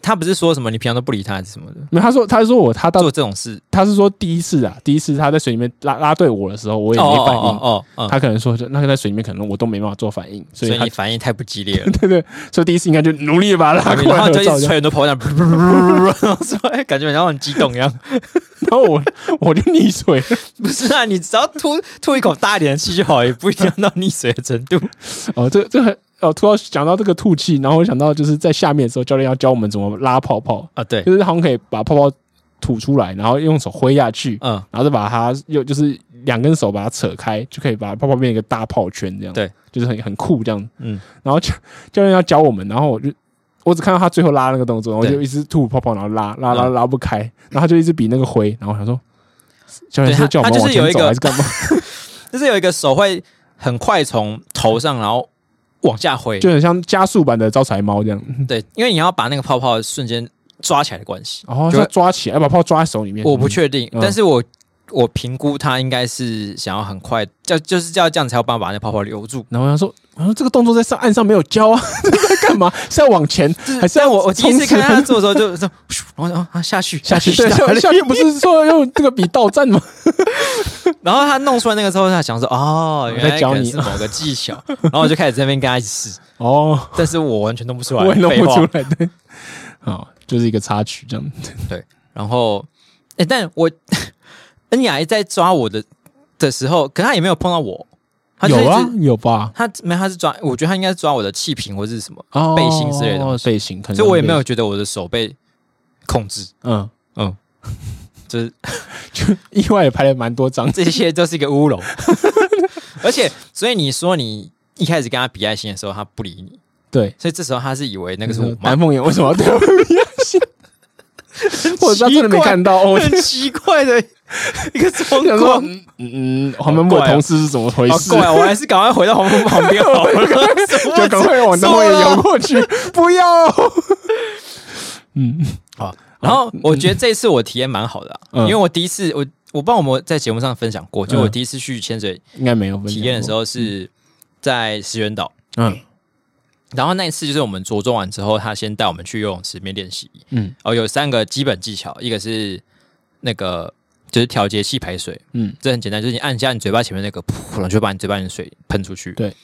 A: 他不是说什么你平常都不理他还是什么的，
B: 没有他说他说我他到
A: 做这种事
B: 他是说第一次啊，第一次他在水里面拉拉对我的时候，我也没反应。
A: 哦哦，嗯
B: 他可能说，那个在水里面可能我都没办法做反应，所
A: 所
B: 以
A: 以
B: 他
A: 你反应太不激烈了，
B: 对对，所以第一次应该就努力地把他拉过
A: 然
B: 来
A: 后
B: 合
A: 就一
B: 照
A: 直
B: 这样。
A: 吹很多泡沫，然后说哎感觉好像很激动一样。
B: 然后我我就溺水 了。
A: 不是啊，你只要吐吐一口大一点的气就好，也不一定要到溺水的程度。
B: 哦，这这很哦，突然讲到这个吐气，然后我想到就是在下面的时候，教练要教我们怎么拉泡泡，
A: 啊，对，
B: 就是好像可以把泡泡吐出来，然后用手挥下去，
A: 嗯，
B: 然后再把它又就是两根手把它扯开，就可以把泡泡变一个大泡圈这样。
A: 对，
B: 就是很很酷这样。
A: 嗯，
B: 然后教教练要教我们，然后我就。我只看到他最后拉那个动作，然后我
A: 对
B: 就一直吐泡泡，然后拉拉拉
A: 嗯
B: 拉不开，然后他就一直比那个挥，然后我想说，教
A: 对
B: 练
A: 他
B: 是叫我们
A: 他就
B: 往
A: 是有
B: 前
A: 一
B: 走
A: 个
B: 还 是干嘛？
A: 就是有一个手会很快从头上然后往下挥，
B: 就很像加速版的招财猫这样。
A: 对，因为你要把那个泡泡瞬间抓起来的关系。
B: 然后
A: 就
B: 哦他抓起来，要把泡抓在手里面。
A: 我不确定，
B: 嗯
A: 但是我我评估他应该是想要很快，叫就是要这样才有办法把那泡泡留住。
B: 然后他说：“然后这个动作在上岸上没有教啊， 这是在干嘛？是要往前还是
A: 但
B: 要
A: 我我第一
B: 冲
A: 次看
B: 刺
A: 他做的时候就就，咻然后就啊下去
B: 下去？对，
A: 下
B: 教教练不是说要用这个比到站吗？
A: 然后他弄出来那个之后，他想说哦，
B: 我在
A: 原来
B: 教
A: 可能
B: 你
A: 是某个技巧， 然后我就开始在那边跟他一起试，
B: 哦，
A: 但是我完全弄不出来，
B: 我也弄
A: 废
B: 不
A: 话
B: 出来。对，好，就是一个插曲这样。
A: 然后，哎、但我 恩雅在抓我的的时候，可他也没有碰到我，他就是
B: 有
A: 一
B: 啊
A: 直，
B: 有吧？
A: 他没有，他是抓，我觉得他应该是抓我的气瓶或是什么，
B: 哦，
A: 背心之类的东
B: 背心，可能
A: 所以我也没有觉得我的手被控制，
B: 嗯，
A: 就是。
B: 就意外也拍了蛮多张
A: 这些都是一个乌龙。 而且，所以你说你一开始跟他比爱心的时候，他不理你，
B: 对，呃
A: 所以这时候他是以为那
B: 那
A: 个是我妈
B: 南，凤眼为什么要对我比爱 心？我真的没看到哦，我
A: 很奇怪的 一个状
B: 想说
A: 况。，
B: 嗯嗯，黄门部
A: 好
B: 的
A: 怪哦
B: 同事是怎么回
A: 好
B: 事？
A: 哦怪，啊我还是赶快回到黄蜂旁边 好了，就
B: 就赶快往单位游 过去，不要。嗯，
A: 好，然后我觉得这次我体验蛮好的、啊，
B: 嗯
A: 因为我第一次我我不知道我们在节目上分享过，就我
B: 嗯
A: 第一次去潜水
B: 应该没有分享
A: 体验的时
B: 过，
A: 候是在石原岛，
B: 哦嗯
A: 然后那一次就是我们着装完之后，他先带我们去游泳池里面练习，
B: 嗯
A: 哦，有三个基本技巧，一个是那个就是调节气排水，
B: 嗯
A: 这很简单，就是你按一下你嘴巴前面那个，噗，然后就把你嘴巴里的水喷出去，
B: 对，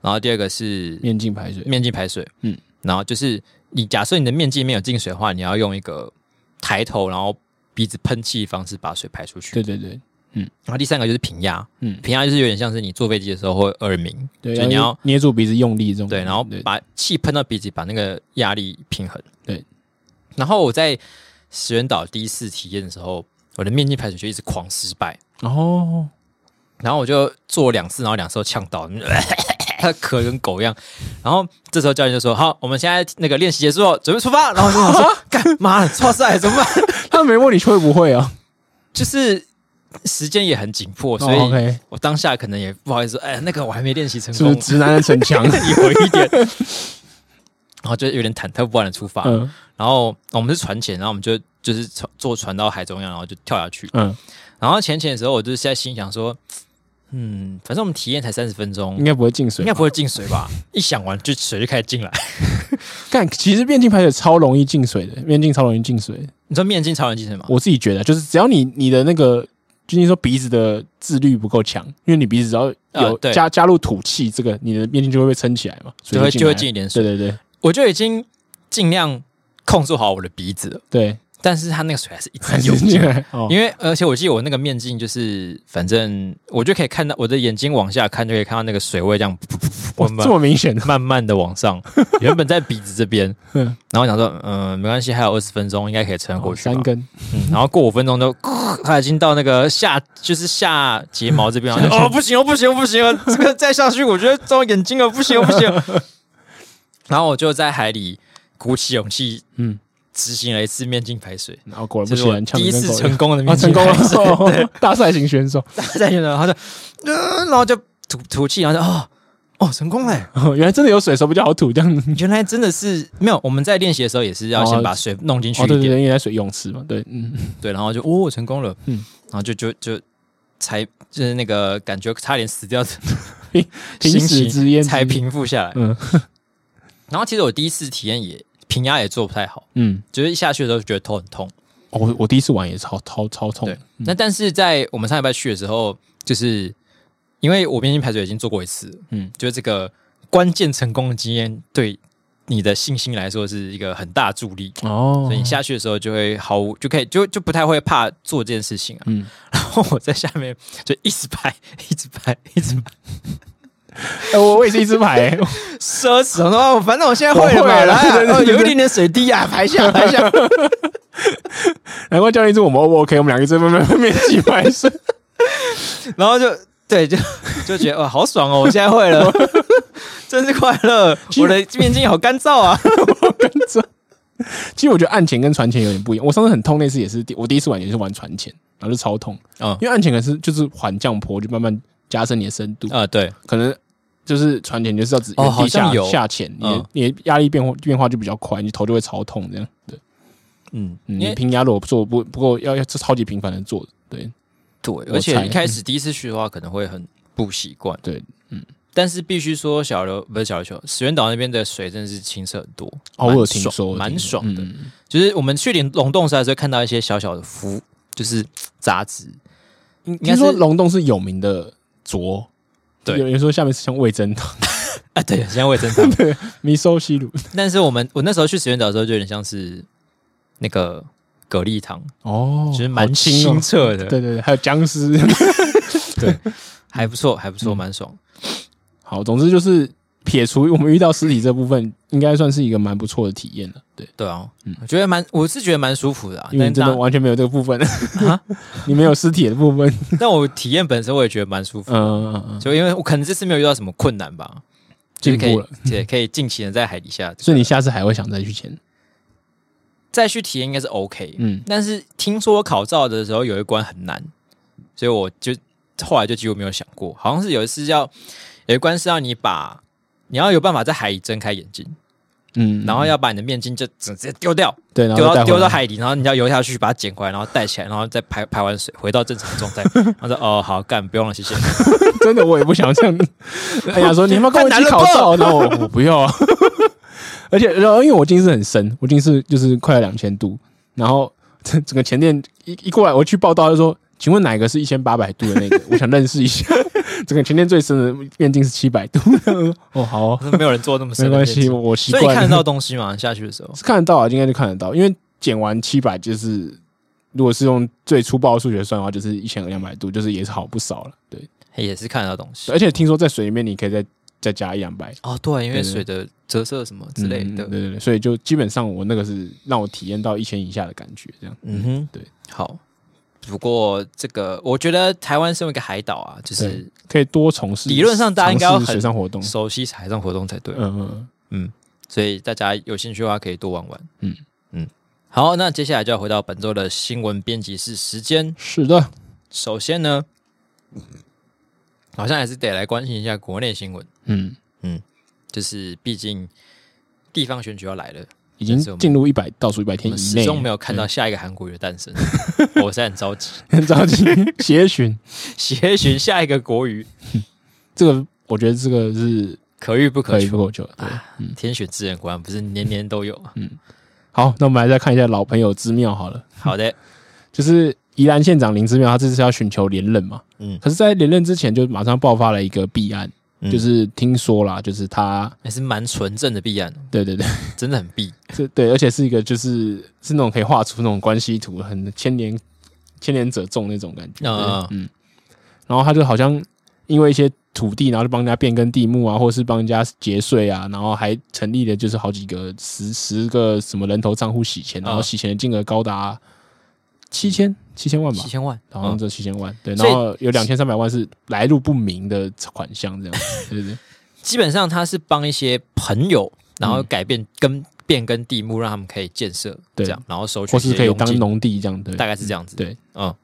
A: 然后第二个是
B: 面镜排水，
A: 面镜排水，嗯
B: 嗯，
A: 然后就是你假设你的面镜没有进水的话，你要用一个抬头，然后鼻子喷气的方式把水排出去。
B: 对对对
A: 然后第三个就是平压，嗯
B: 嗯，
A: 平压就是有点像是你坐飞机的时候会耳鸣，
B: 对，
A: 就你要
B: 捏住鼻子用嗯力这种感觉，
A: 对，然后把气喷到鼻子，把那个压力平衡。
B: 对，
A: 然后我在石原岛第一次体验的时候，我的面筋排水就一直狂失败，
B: 哦，
A: 然后我就做了两次，然后两次都呛到， 咳得跟狗一样。然后这时候教练就说：“好，我们现在那个练习结束，准备出发。”然后我就想说：“干妈的，超赛怎么办
B: 他没问你会不会啊？？”
A: 就是时间也很紧迫，所
B: 哦
A: 以
B: ，OK
A: 我当下可能也不好意思说：“哎，那个我还没练习成
B: 是不
A: 功
B: 是，直男的逞 强？
A: 有一点。”然后就有点忐忑不安的出发。
B: 嗯
A: 然后我们是船前，然后我们就就是船坐船到海中央，然后就跳下去。
B: 嗯，
A: 然后前前的时候，我就是在心想说：“嗯，反正我们体验才三十分钟，
B: 应该不会进
A: 应
B: 水
A: 该。不会进水吧？一想完就水就开始进来。
B: 干，其实面镜排水超容易进水的，面镜超容易进水的。
A: 你说面筋超人精神吗？
B: 我自己觉得，就是只要你你的那个，就是说鼻子的自律不够强，因为你鼻子只要有
A: 呃对
B: 加、加入土气，这个你的面镜就会被撑起来嘛，所
A: 就
B: 以
A: 会
B: 进
A: 就会
B: 来
A: 进一点水。
B: 对对对
A: 我就已经尽量控制好我的鼻子了，
B: 对，
A: 但是它那个水还是一直
B: 还是
A: 涌进
B: 进
A: 来。
B: 来哦，
A: 哎因为而且我记得我那个面镜就是，反正我就可以看到我的眼睛往下看，就可以看到那个水位这样噗噗噗
B: 哇
A: 慢
B: 这
A: 慢
B: 么 明显的，
A: 慢慢的往 上。原本在鼻子这边，
B: 嗯
A: 然后想说，嗯，没关系，还有二十分钟，应该可以撑过
B: 哦
A: 去吧。
B: 三根，
A: 嗯然后过五分钟都，他已经到那个下，就是下睫毛这边了。 哦，不行，哦，不行，哦，不行了，这个再下去，我觉得中眼睛了，不行，哦，不行 了。然后我就在海里鼓起勇气
B: 嗯，
A: 执行了一次面镜排水，
B: 然后果然
A: 这
B: 不
A: 是
B: 行
A: 我，
B: 呛
A: 第
B: 得
A: 一
B: 跟
A: 次
B: 狗一样
A: 成功的
B: 啊，
A: 面
B: 成
A: 镜
B: 功
A: 排
B: 了
A: 水。
B: 哦，大赛型选手，
A: 在现场，他就，呃然后就吐吐气，然后就哦哦，成功了耶。
B: 哦原来真的有水的时候比较好吐，这样子。
A: 原来真的是没有，我们在练习的时候也是要先把水弄进去
B: 哦，
A: 一
B: 对
A: 点，
B: 对对，因为在水泳池嘛，对，嗯，
A: 对，然后就哦成功了，嗯
B: 嗯，
A: 然后就就就才就是那个感觉差点死掉的
B: 平时之烟
A: 才，平复下来。
B: 嗯
A: 然后其实我第一次体验也平压也做不太好，
B: 嗯，
A: 就是一下去的时候就觉得头很痛。
B: 哦我我第一次玩也超超超痛
A: 对，，那但是在我们上礼拜去的时候，就是因为我边境排水已经做过一次，嗯
B: 嗯，
A: 就是这个关键成功的经验对你的信心来说是一个很大的助力。
B: 哦
A: 所以你下去的时候就会毫无就可以就就不太会怕做这件事情啊。
B: 嗯
A: 然后我在下面就一直拍， 一直拍，一直拍，
B: 哎我我也是一只牌，欸
A: 奢侈。然后反正我现在
B: 我
A: 会了嘛，
B: 会了
A: 来啊
B: 对对
A: 哦
B: 对对
A: 有一点点水滴啊，排下排下。
B: 难怪教练说我们 O 不 OK，我们两个这边面面几排水，
A: 然后就对，就就觉得哇，好爽哦！我现在会了， 真是快乐。我的面筋好干燥啊。
B: 其实我觉得岸潜跟船潜有点不一样，我上次很痛那次也是第我第一次玩也是玩船潜，然后就超痛，
A: 嗯
B: 因为岸潜可能是就是缓降坡，就慢慢加深你的深度，
A: 啊，对，
B: 可能就是船潜就是要只
A: 哦好
B: 原地
A: 像
B: 下、
A: 有
B: 下潜，你的、
A: 嗯
B: 你的压力变化变化就比较快，你头就会超痛这样。对，
A: 嗯，
B: 嗯
A: 因
B: 你
A: 为
B: 平压如果做不不够，要要超级频繁的做的。对，
A: 对，
B: 我
A: 而且
B: 猜
A: 一开始第一次去的话，可能会很不习惯。
B: 对，嗯。
A: 但是必须说小琉不是小琉球，石原岛那边的水真的是清澈很多，
B: 哦，我
A: 蛮
B: 有听
A: 爽
B: 说，我有
A: 蛮
B: 听说
A: 爽的。
B: 嗯
A: 就是我们去龙龙洞时还是会看到一些小小的浮，就是杂质。应
B: 听说龙洞是有名的浊，
A: 对
B: 有人说下面是像味噌汤、
A: 啊，对，现在我也 真的。
B: 米寿西鲁。
A: 但是我们我那时候去石原岛的时候，就有点像是那个蛤蜊汤，
B: 哦，
A: 就是
B: 好
A: 蛮
B: 清哦
A: 清澈 的，
B: 对对对，还有僵尸。
A: 还不错，还不
B: 嗯
A: 错，蛮爽。
B: 好，总之就是撇除我们遇到尸体这部分，应该算是一个蛮不错的体验了。对，
A: 对啊，我觉得蛮，我是觉得蛮舒服的啊。
B: 嗯
A: 啊
B: 因为
A: 但
B: 你真的
A: 当
B: 完全没有这个部分，你没有尸体的部分。
A: 但我体验本身我也觉得蛮舒服，
B: 嗯嗯嗯，
A: 就因为我可能这次没有遇到什么困难吧，就是
B: 进
A: 可以
B: 步了。
A: 对，可以尽情的在海底下，
B: 所以你下次还会想再去潜？
A: 再去体验应该是 OK。
B: 嗯，
A: 但是听说我考照的时候有一关很难，所以我就后来就几乎没有想过。好像是有一次要有一关是要你把你要有办法在海里睁开眼睛，
B: 嗯，
A: 然后要把你的面镜就直接丢掉，
B: 对，然后
A: 丢到
B: 再带回
A: 丢
B: 来
A: 到，海里，然后你要游下去把它捡回来，然后带起来，然后再排排完水回到正常的状 态。然后说哦好干，不用了，谢谢。
B: 真的我也不想这样。 哎呀，说你们跟我一起考照，那我我不要 啊。而且，然后因为我近视很深，我近视就是快要两千度，然后整整个前店一一过来，我去报道就说，请问哪个是一千八百度的 那个？我想认识一下。整个前店最深的面镜是七百度。哦，好哦
A: 我说没有人做那么深
B: 没
A: 的
B: 关
A: 面
B: 系，
A: 镜
B: 我我习
A: 所以你
B: 惯
A: 看得
B: 了。
A: 到东西吗？下去的时 候，
B: 是看得到啊，应该就看得到，因为减完七百就是，如果是用最粗暴的数学算的话，就是一千两百度，就是也是好不少了。对，
A: 也是看得到东西
B: 而。且听说在水里面你可以再再加一两百
A: 哦，对，因为
B: 对对
A: 水的折射什么之类的
B: 嗯对，对对，所以就基本上我那个是让我体验到一千以下的感觉，这样。
A: 嗯哼，
B: 对，
A: 好，不过这个，我觉得台湾身为一个海岛啊，就是
B: 对可以多从事。
A: 理论上大家应该要
B: 尝
A: 很
B: 试水上活动。
A: 熟悉海上活动才对。
B: 嗯嗯
A: 所以大家有兴趣的话可以多玩玩。
B: 嗯
A: 嗯，好，那接下来就要回到本周的新闻编辑室时间
B: 嗯，。是的，
A: 首先呢，好像还是得来关心一下国内新闻，
B: 嗯，
A: 就是毕竟地方选举要来了，
B: 已经
A: 但是我们
B: 进入一百倒数一百
A: 我
B: 天
A: 们
B: 以
A: 始
B: 内，
A: 终没有
B: 嗯
A: 看到下一个韩国瑜的诞生， 我实在很着急，
B: 很 着急协寻。
A: 协寻下一个国瑜，
B: 这个我觉得这个是
A: 可遇不
B: 可
A: 可
B: 以
A: 求。
B: 不够久。对，
A: 天选之人果然不是年年都有。啊
B: 嗯好，那我们来再看一下老朋友之妙好了，
A: 好的，
B: 就是宜兰县长林之妙，他这次要寻求连任嘛，
A: 嗯
B: 可是，在连任之前就马上爆发了一个弊案，
A: 嗯
B: 就是听说啦，就是他，
A: 还是蛮纯正的避案，哦
B: 对对对，
A: 真的很避。
B: 这对，而且是一个就是是那种可以画出那种关系图，很牵连牵连者众那种感觉。
A: 嗯
B: 对嗯，然后他就好像因为一些土地，然后就帮人家变更地目啊，或是帮人家节税啊，然后还成立了就是好几个十十个什么人头账户洗钱，然后
A: 嗯
B: 洗钱的金额高达七千七千万吧
A: 七。千万，
B: 好
A: 嗯
B: 像这七千万，对，
A: 所以
B: 然后有两千三百万是来路不明的款项，这样，对对对，
A: 基本上他是帮一些朋友，然后改变跟变更地目，让他们可以建设，
B: 嗯对
A: 这样，然后收取
B: 或
A: 一
B: 是
A: 些
B: 可以
A: 佣
B: 当
A: 金，
B: 农地这样，对，
A: 大概是这样子。
B: 对，
A: 嗯，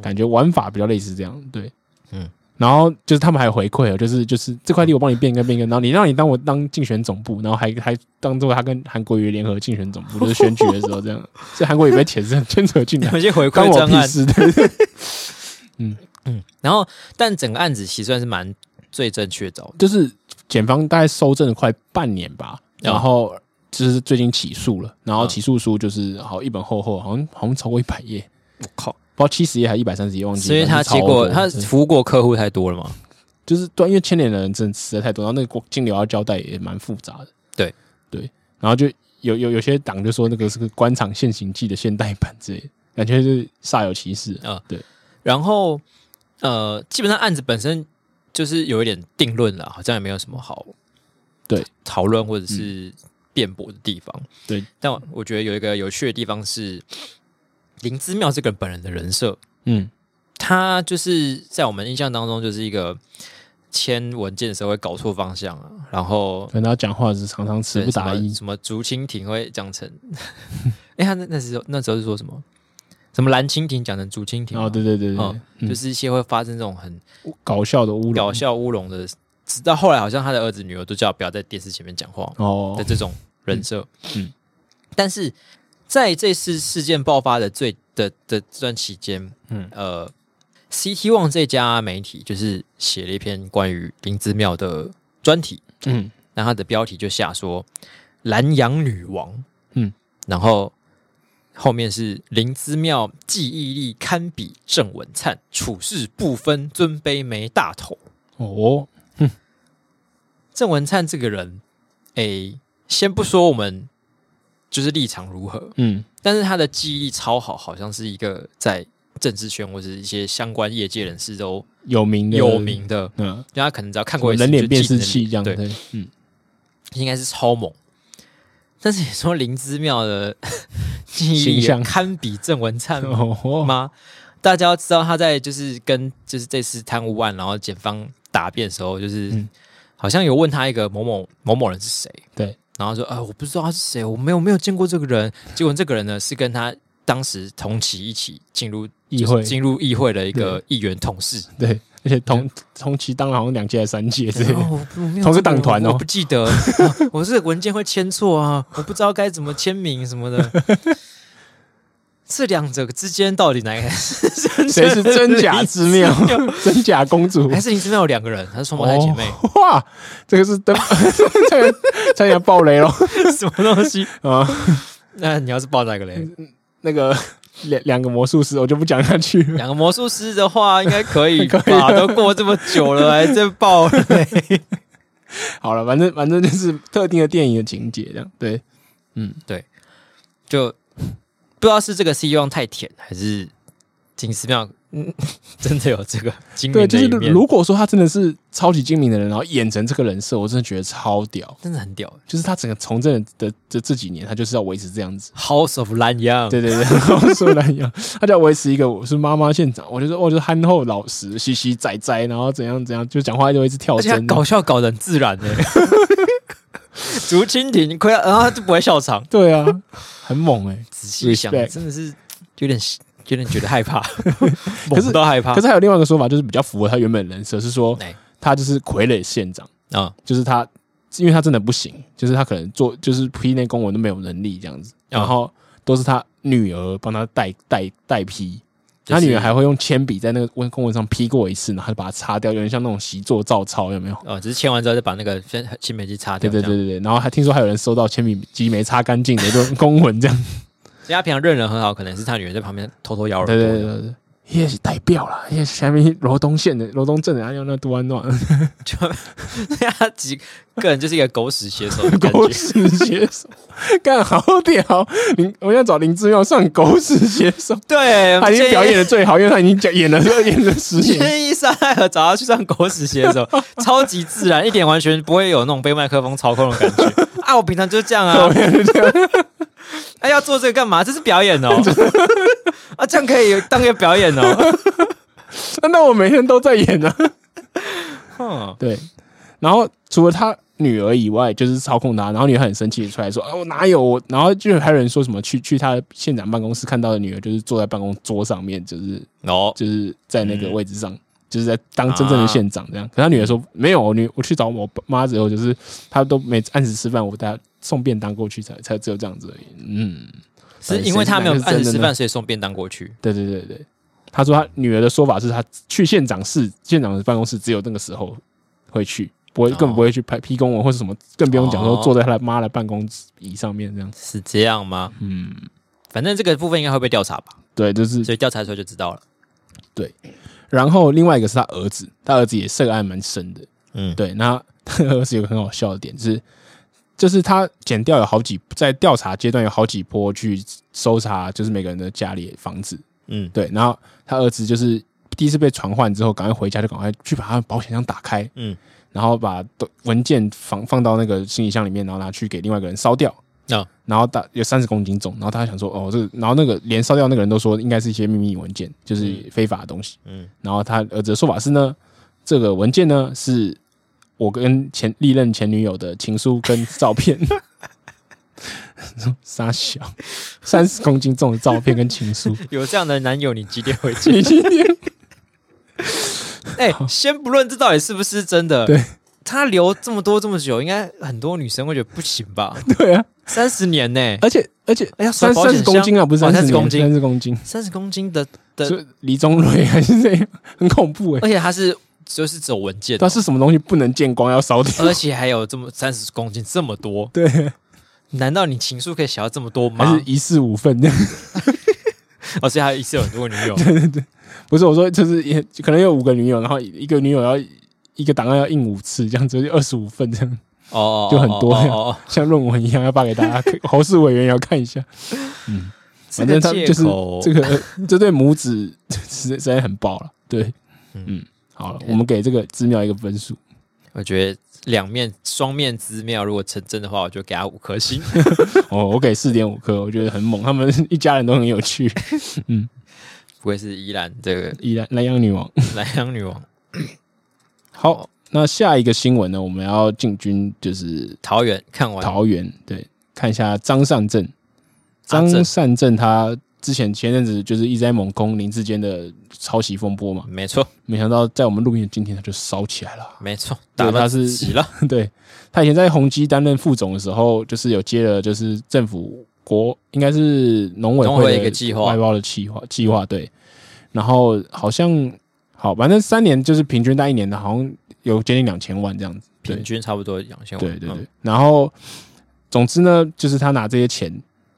B: 感觉玩法比较类似这样，对，
A: 嗯
B: 嗯。然后就是他们还有回馈哦，就是就是这块地我帮你变更变更，然后你让你当我当竞选总部，然后还还当做他跟韩国瑜联合竞选总部，就是选举的时候这样， 所以韩国瑜被牵 扯牵扯进来
A: 有，一些回
B: 关
A: 馈
B: 我
A: 专
B: 屁
A: 案，
B: 事的。
A: 然后但整个案子其实算是蛮最正确的哦，
B: 就是检方大概收证了快半年吧，然后就是最近起诉了，然后
A: 嗯
B: 起诉书就是好一本厚厚，好像好像超过一百页，
A: 我靠！
B: 不知道七十页还一百三十页，忘记了。
A: 所以他
B: 反正
A: 结
B: 超
A: 果
B: 多嗯
A: 他
B: 对
A: 服务过客户太多了嘛，
B: 就是对，啊因为牵连的人真的实在太多，然后那个金流要交代也蛮复杂的。
A: 对
B: 对，然后就有有有些党就说那个是个官场现行记的现代版之类的，感觉就是煞有其事。啊
A: 啊然后呃，基本上案子本身就是有一点定论了，好像也没有什么好
B: 对嗯
A: 讨论或者是辩驳的地方。
B: 对，
A: 但我我觉得有一个有趣的地方是林之妙这个人本人的人设，
B: 嗯，
A: 他就是在我们印象当中就是一个签文件的时候会搞错方向啊，然后
B: 可能他讲话是常常词
A: 对
B: 不
A: 什
B: 达
A: 么
B: 意，
A: 什么竹蜻蜓会讲成， 哎、他那那时候那时候是说什么？什么蓝蜻蜓讲成竹蜻蜓
B: 然
A: 嘛？
B: 后对对对对
A: 哦
B: 对，
A: 就
B: 嗯
A: 是一些会发生这种很
B: 搞笑的乌龙
A: 搞笑乌龙的，直到后来好像他的儿子女儿都叫他不要在电视前面讲话的
B: 哦，
A: 这种人设。
B: 嗯嗯
A: 但是在这次事件爆发的最的的这段期间，嗯
B: 嗯
A: 呃，CT One 这家媒体就是写了一篇关于林之妙的专题，
B: 嗯，
A: 那它的标题就下说“南洋女王”，嗯
B: 嗯，
A: 然后。后面是林之妙记忆力堪比郑文灿，处事不分尊卑没大头。
B: 哦，
A: 郑文灿这个人，诶、先不说我们就是立场如何，
B: 嗯，
A: 但是他的记忆力超好，好像是一个在政治圈或者一些相关业界人士都
B: 有名的
A: 有，名的，
B: 嗯，
A: 就他可能只要看
B: 什么
A: 过一次
B: 人脸
A: 就
B: 辨
A: 记得
B: 识
A: 你
B: 器这样，
A: 对，
B: 对，嗯，
A: 应该是超猛。但是你说林之妙的 记忆力
B: 形象
A: 也堪比郑文灿吗？
B: 哦，
A: 吗？大家要知道他在就是跟就是这次贪污案，然后检方答辩的时候，就是、
B: 嗯
A: 好像有问他一个某某某某人是谁，
B: 对，
A: 然后说啊、我不知道他是谁，我没有没有见过这个 人。结果这个人呢是跟他当时同期一起进入
B: 议
A: 就是
B: 会，
A: 进入议会的一个议员同 事，
B: 对，而且同同期当了好像两届还是三届之类
A: 然
B: 的，
A: 后我不我没有
B: 同个
A: 这
B: 党团哦
A: 我不记 得，啊我这个文件会签错啊，我不知道该怎么签名什么的。这两者之间到底哪 个是真
B: 谁是真假之妙
A: 之妙？
B: 真假公主哦
A: 还是你真的有两个人，还是双胞胎姐妹？
B: 哇，这个是灯， 这个差点爆雷了
A: 什么东西？
B: 啊！
A: 那你要是抱哪个嘞？
B: 那个两两个魔术师，我就不讲下去了。
A: 两个魔术师的话，应该 可以
B: 可
A: 吧？
B: 以啊
A: 都过这么久了，还在爆嘞？
B: 好了，反正反正就是特定的电影的情节这样。对，
A: 就不知道是这个 C 望太甜，还是金丝妙嗯 真的有这个精
B: 对，
A: 明
B: 就
A: 的
B: 是
A: 一面，
B: 如果说他真的是超级精明的人，然后演成这个人设，我真的觉得超屌。
A: 真的很屌。
B: 就是他整个从政的这这几年，他就是要维持这样子。
A: House of Lan Yang，
B: 对对对，跟说的一样，他就要维持一个我是妈妈县长，我就说哦我就是憨厚老实、嘻嘻仔仔，然后怎样怎样，就讲话就一直跳
A: 而且他
B: 针。
A: 搞笑搞得很自 然呢、欸。竹蜻蜓快要，然后他就不会笑场。
B: 对啊，很猛哎、
A: 仔细想，
B: Respect
A: 真的是有点有点觉得害怕，
B: 可是
A: 猛到害怕。
B: 可是还有另外一个说法，就是比较符合他原本人设，是说
A: 哎
B: 他就是傀儡县长，
A: 啊
B: 就是他，因为他真的不行，就是他可能做就是批那公文都没有能力这样子，然后都是他女儿帮他代代代批。
A: 就
B: 他
A: 是
B: 女儿还会用铅笔在那个公公文上批过一次，然后就把它擦掉，有点像那种习作照抄，有没有？
A: 哦，只是签完之后再把那个先新美机擦
B: 对
A: 掉。
B: 对
A: 这
B: 对
A: 样，
B: 对对，然后还听说还有人收到铅笔机没擦干净的这种公文，这样。
A: 所以他平常认人很好，可能是他女儿在旁边偷偷咬耳朵。
B: 对对对 对对，也是代表啦，也是下面罗东县的罗东镇的，还有那杜安暖
A: 对，他几个人就是一个狗屎写手的感
B: 狗
A: 觉。
B: 屎写手， 干好屌！林，我要找林志妙上狗屎写 手，
A: 对，
B: 他已经
A: 建议
B: 表演的最好，因为他已经讲演了演了十 年。
A: 建议沙奈尔找他去上狗屎写 手，超级自然，一点完全不会有那种被麦克风操控的感 觉。啊，我平常就这样啊，哎、要做这个干嘛？这是表演 哦。啊，这样可以当个表演哦。
B: 那我每天都在演啊。
A: 哼，
B: 对，然后除了他女儿以外，就是操控他，然后女儿很生气地出来说：“啊，我哪有我？”然后就还有人说什么去去他县长办公室看到的女儿，就是坐在办公桌上面，就是
A: 哦，
B: 就是在那个位置上，就是在当真正的县长这样。可他女儿说：“没有，我女我去找我妈之后，就是她都没按时吃饭，我带她送便当过去才才只有这样子而已。”嗯，
A: 是因为他没有按时吃
B: 谁知道
A: 饭，所以送便当过去。
B: 对对对对。他说他女儿的说法是他去县长室、县长的办公室只有那个时候会去，不会
A: 哦
B: 根本不会去拍批公文或是什么，更不用讲说
A: 哦
B: 坐在他妈的办公椅上面这样。
A: 是这样吗？
B: 嗯，
A: 反正这个部分应该会被调查吧，
B: 对，就是
A: 所以调查的时候就知道了。
B: 然后另外一个是他儿子，他儿子也涉案蛮深的。
A: 嗯，
B: 对，那他儿子有个很好笑的点就是，就是他剪掉有好几在调查阶段有好几波去搜查，就是每个人的家里房子。
A: 嗯
B: 对，然后他儿子就是第一次被传唤之后，赶快回家就赶快去把他的保险箱打开，
A: 嗯，
B: 然后把都文件放放到那个行李箱里面，然后拿去给另外一个人烧掉。
A: 啊
B: 然后大有三十公斤重，然后他想说，哦，这个，然后那个连烧掉那个人都说应该是一些秘密文件，就是非法的东西。
A: 嗯，
B: 然后他儿子的说法是呢，这个文件呢是我跟前历任前女友的情书跟照片。 傻小，三十公斤重的照片跟情书，
A: 有这样的男友，你几点回去？
B: 你今天
A: 哎、先不论这到底是不是真的，
B: 对
A: 他留这么多这么久，应该很多女生会觉得不行吧？
B: 对啊，
A: 三十年呢、
B: 而且而且
A: 哎呀
B: 三
A: 保
B: 三
A: 险
B: 十公斤啊，
A: 箱
B: 不是
A: 哦
B: 三
A: 30公斤
B: 三十公斤，
A: 三十公斤的的，
B: 所以李宗瑞啊 还是这样，很恐怖哎、
A: 而且他是就是只有文件哦、
B: 但是什么东西不能见光，要烧掉。
A: 而且还有这么三十公斤这么多，
B: 对，
A: 难道你情书可以小到这么多
B: 还
A: 吗
B: 是？一式五份这样。
A: 而且还一次有很多女友，
B: 不是我说，就是也可能有五个女友，然后一个女友要一个档案要印五次，这样子就二十五份这样，
A: 哦，
B: 就很多
A: 哦哦哦哦，
B: 像论文一样要发给大家看。侯氏委员也要看一下，
A: 这
B: 反
A: 个
B: 正他
A: 借
B: 就是
A: 口
B: 这个呃这对母子实实在很爆了。对，
A: 嗯
B: 嗯，好了，
A: 对
B: 我们给这个资妙一个分数。
A: 我觉得两面双面之妙，如果成真的话，我就给他五颗 星。
B: 哦，我给四点五颗，我觉得很猛，他们一家人都很有趣。
A: 不愧是依兰这个
B: 依然南洋女王，
A: 南洋女王，
B: 好，那下一个新闻呢，我们要进军就是
A: 桃园看完
B: 桃园，对，看一下张善政。
A: 阿
B: 张
A: 正
B: 善政他之前前阵子就是一直在猛攻林志坚的抄袭风波嘛，
A: 没错
B: 没想到在我们录音的今天他就烧起来了。
A: 没错，
B: 对
A: 打到
B: 他是
A: 急了，
B: 对他以前在宏基担任副总的时候，就是有接了就是政府国应该是农委
A: 农委会
B: 会
A: 一个计划
B: 外包的计划计划对，然后好像好反正三年就是平均大一年的，好像有接近两千万这样子， 对
A: 平均差不多两千五。
B: 对对对
A: 嗯，，
B: 然后总之呢，就是他拿这些钱，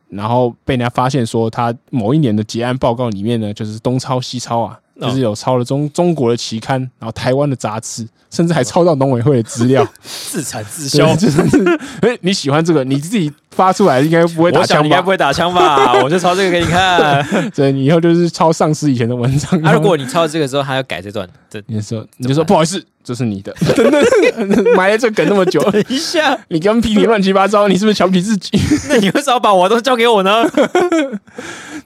B: 然后被人家发现说他某一年的结案报告里面呢，就是东抄西抄啊，
A: 嗯
B: 就是有抄了中中国的期刊，然后台湾的杂志，甚至还抄到农委会的资料。
A: 自产自销
B: 对，。就是，哎，你喜欢这个，你自己发出来应该不会打
A: 我想
B: 枪
A: 你应该不
B: 吧？
A: 会打枪吧？我就抄这个给你看。啊
B: 对，你以后就是抄上司以前的文章。
A: 啊，如果你抄这个之后，他要改这段，等
B: 你说，你就说不好意思，这是 你的，等等，埋了这梗那么久，
A: 一下，
B: 你刚批评乱七八糟，你是不是瞧不起自己？
A: 那你为什么把我的东西交给我呢？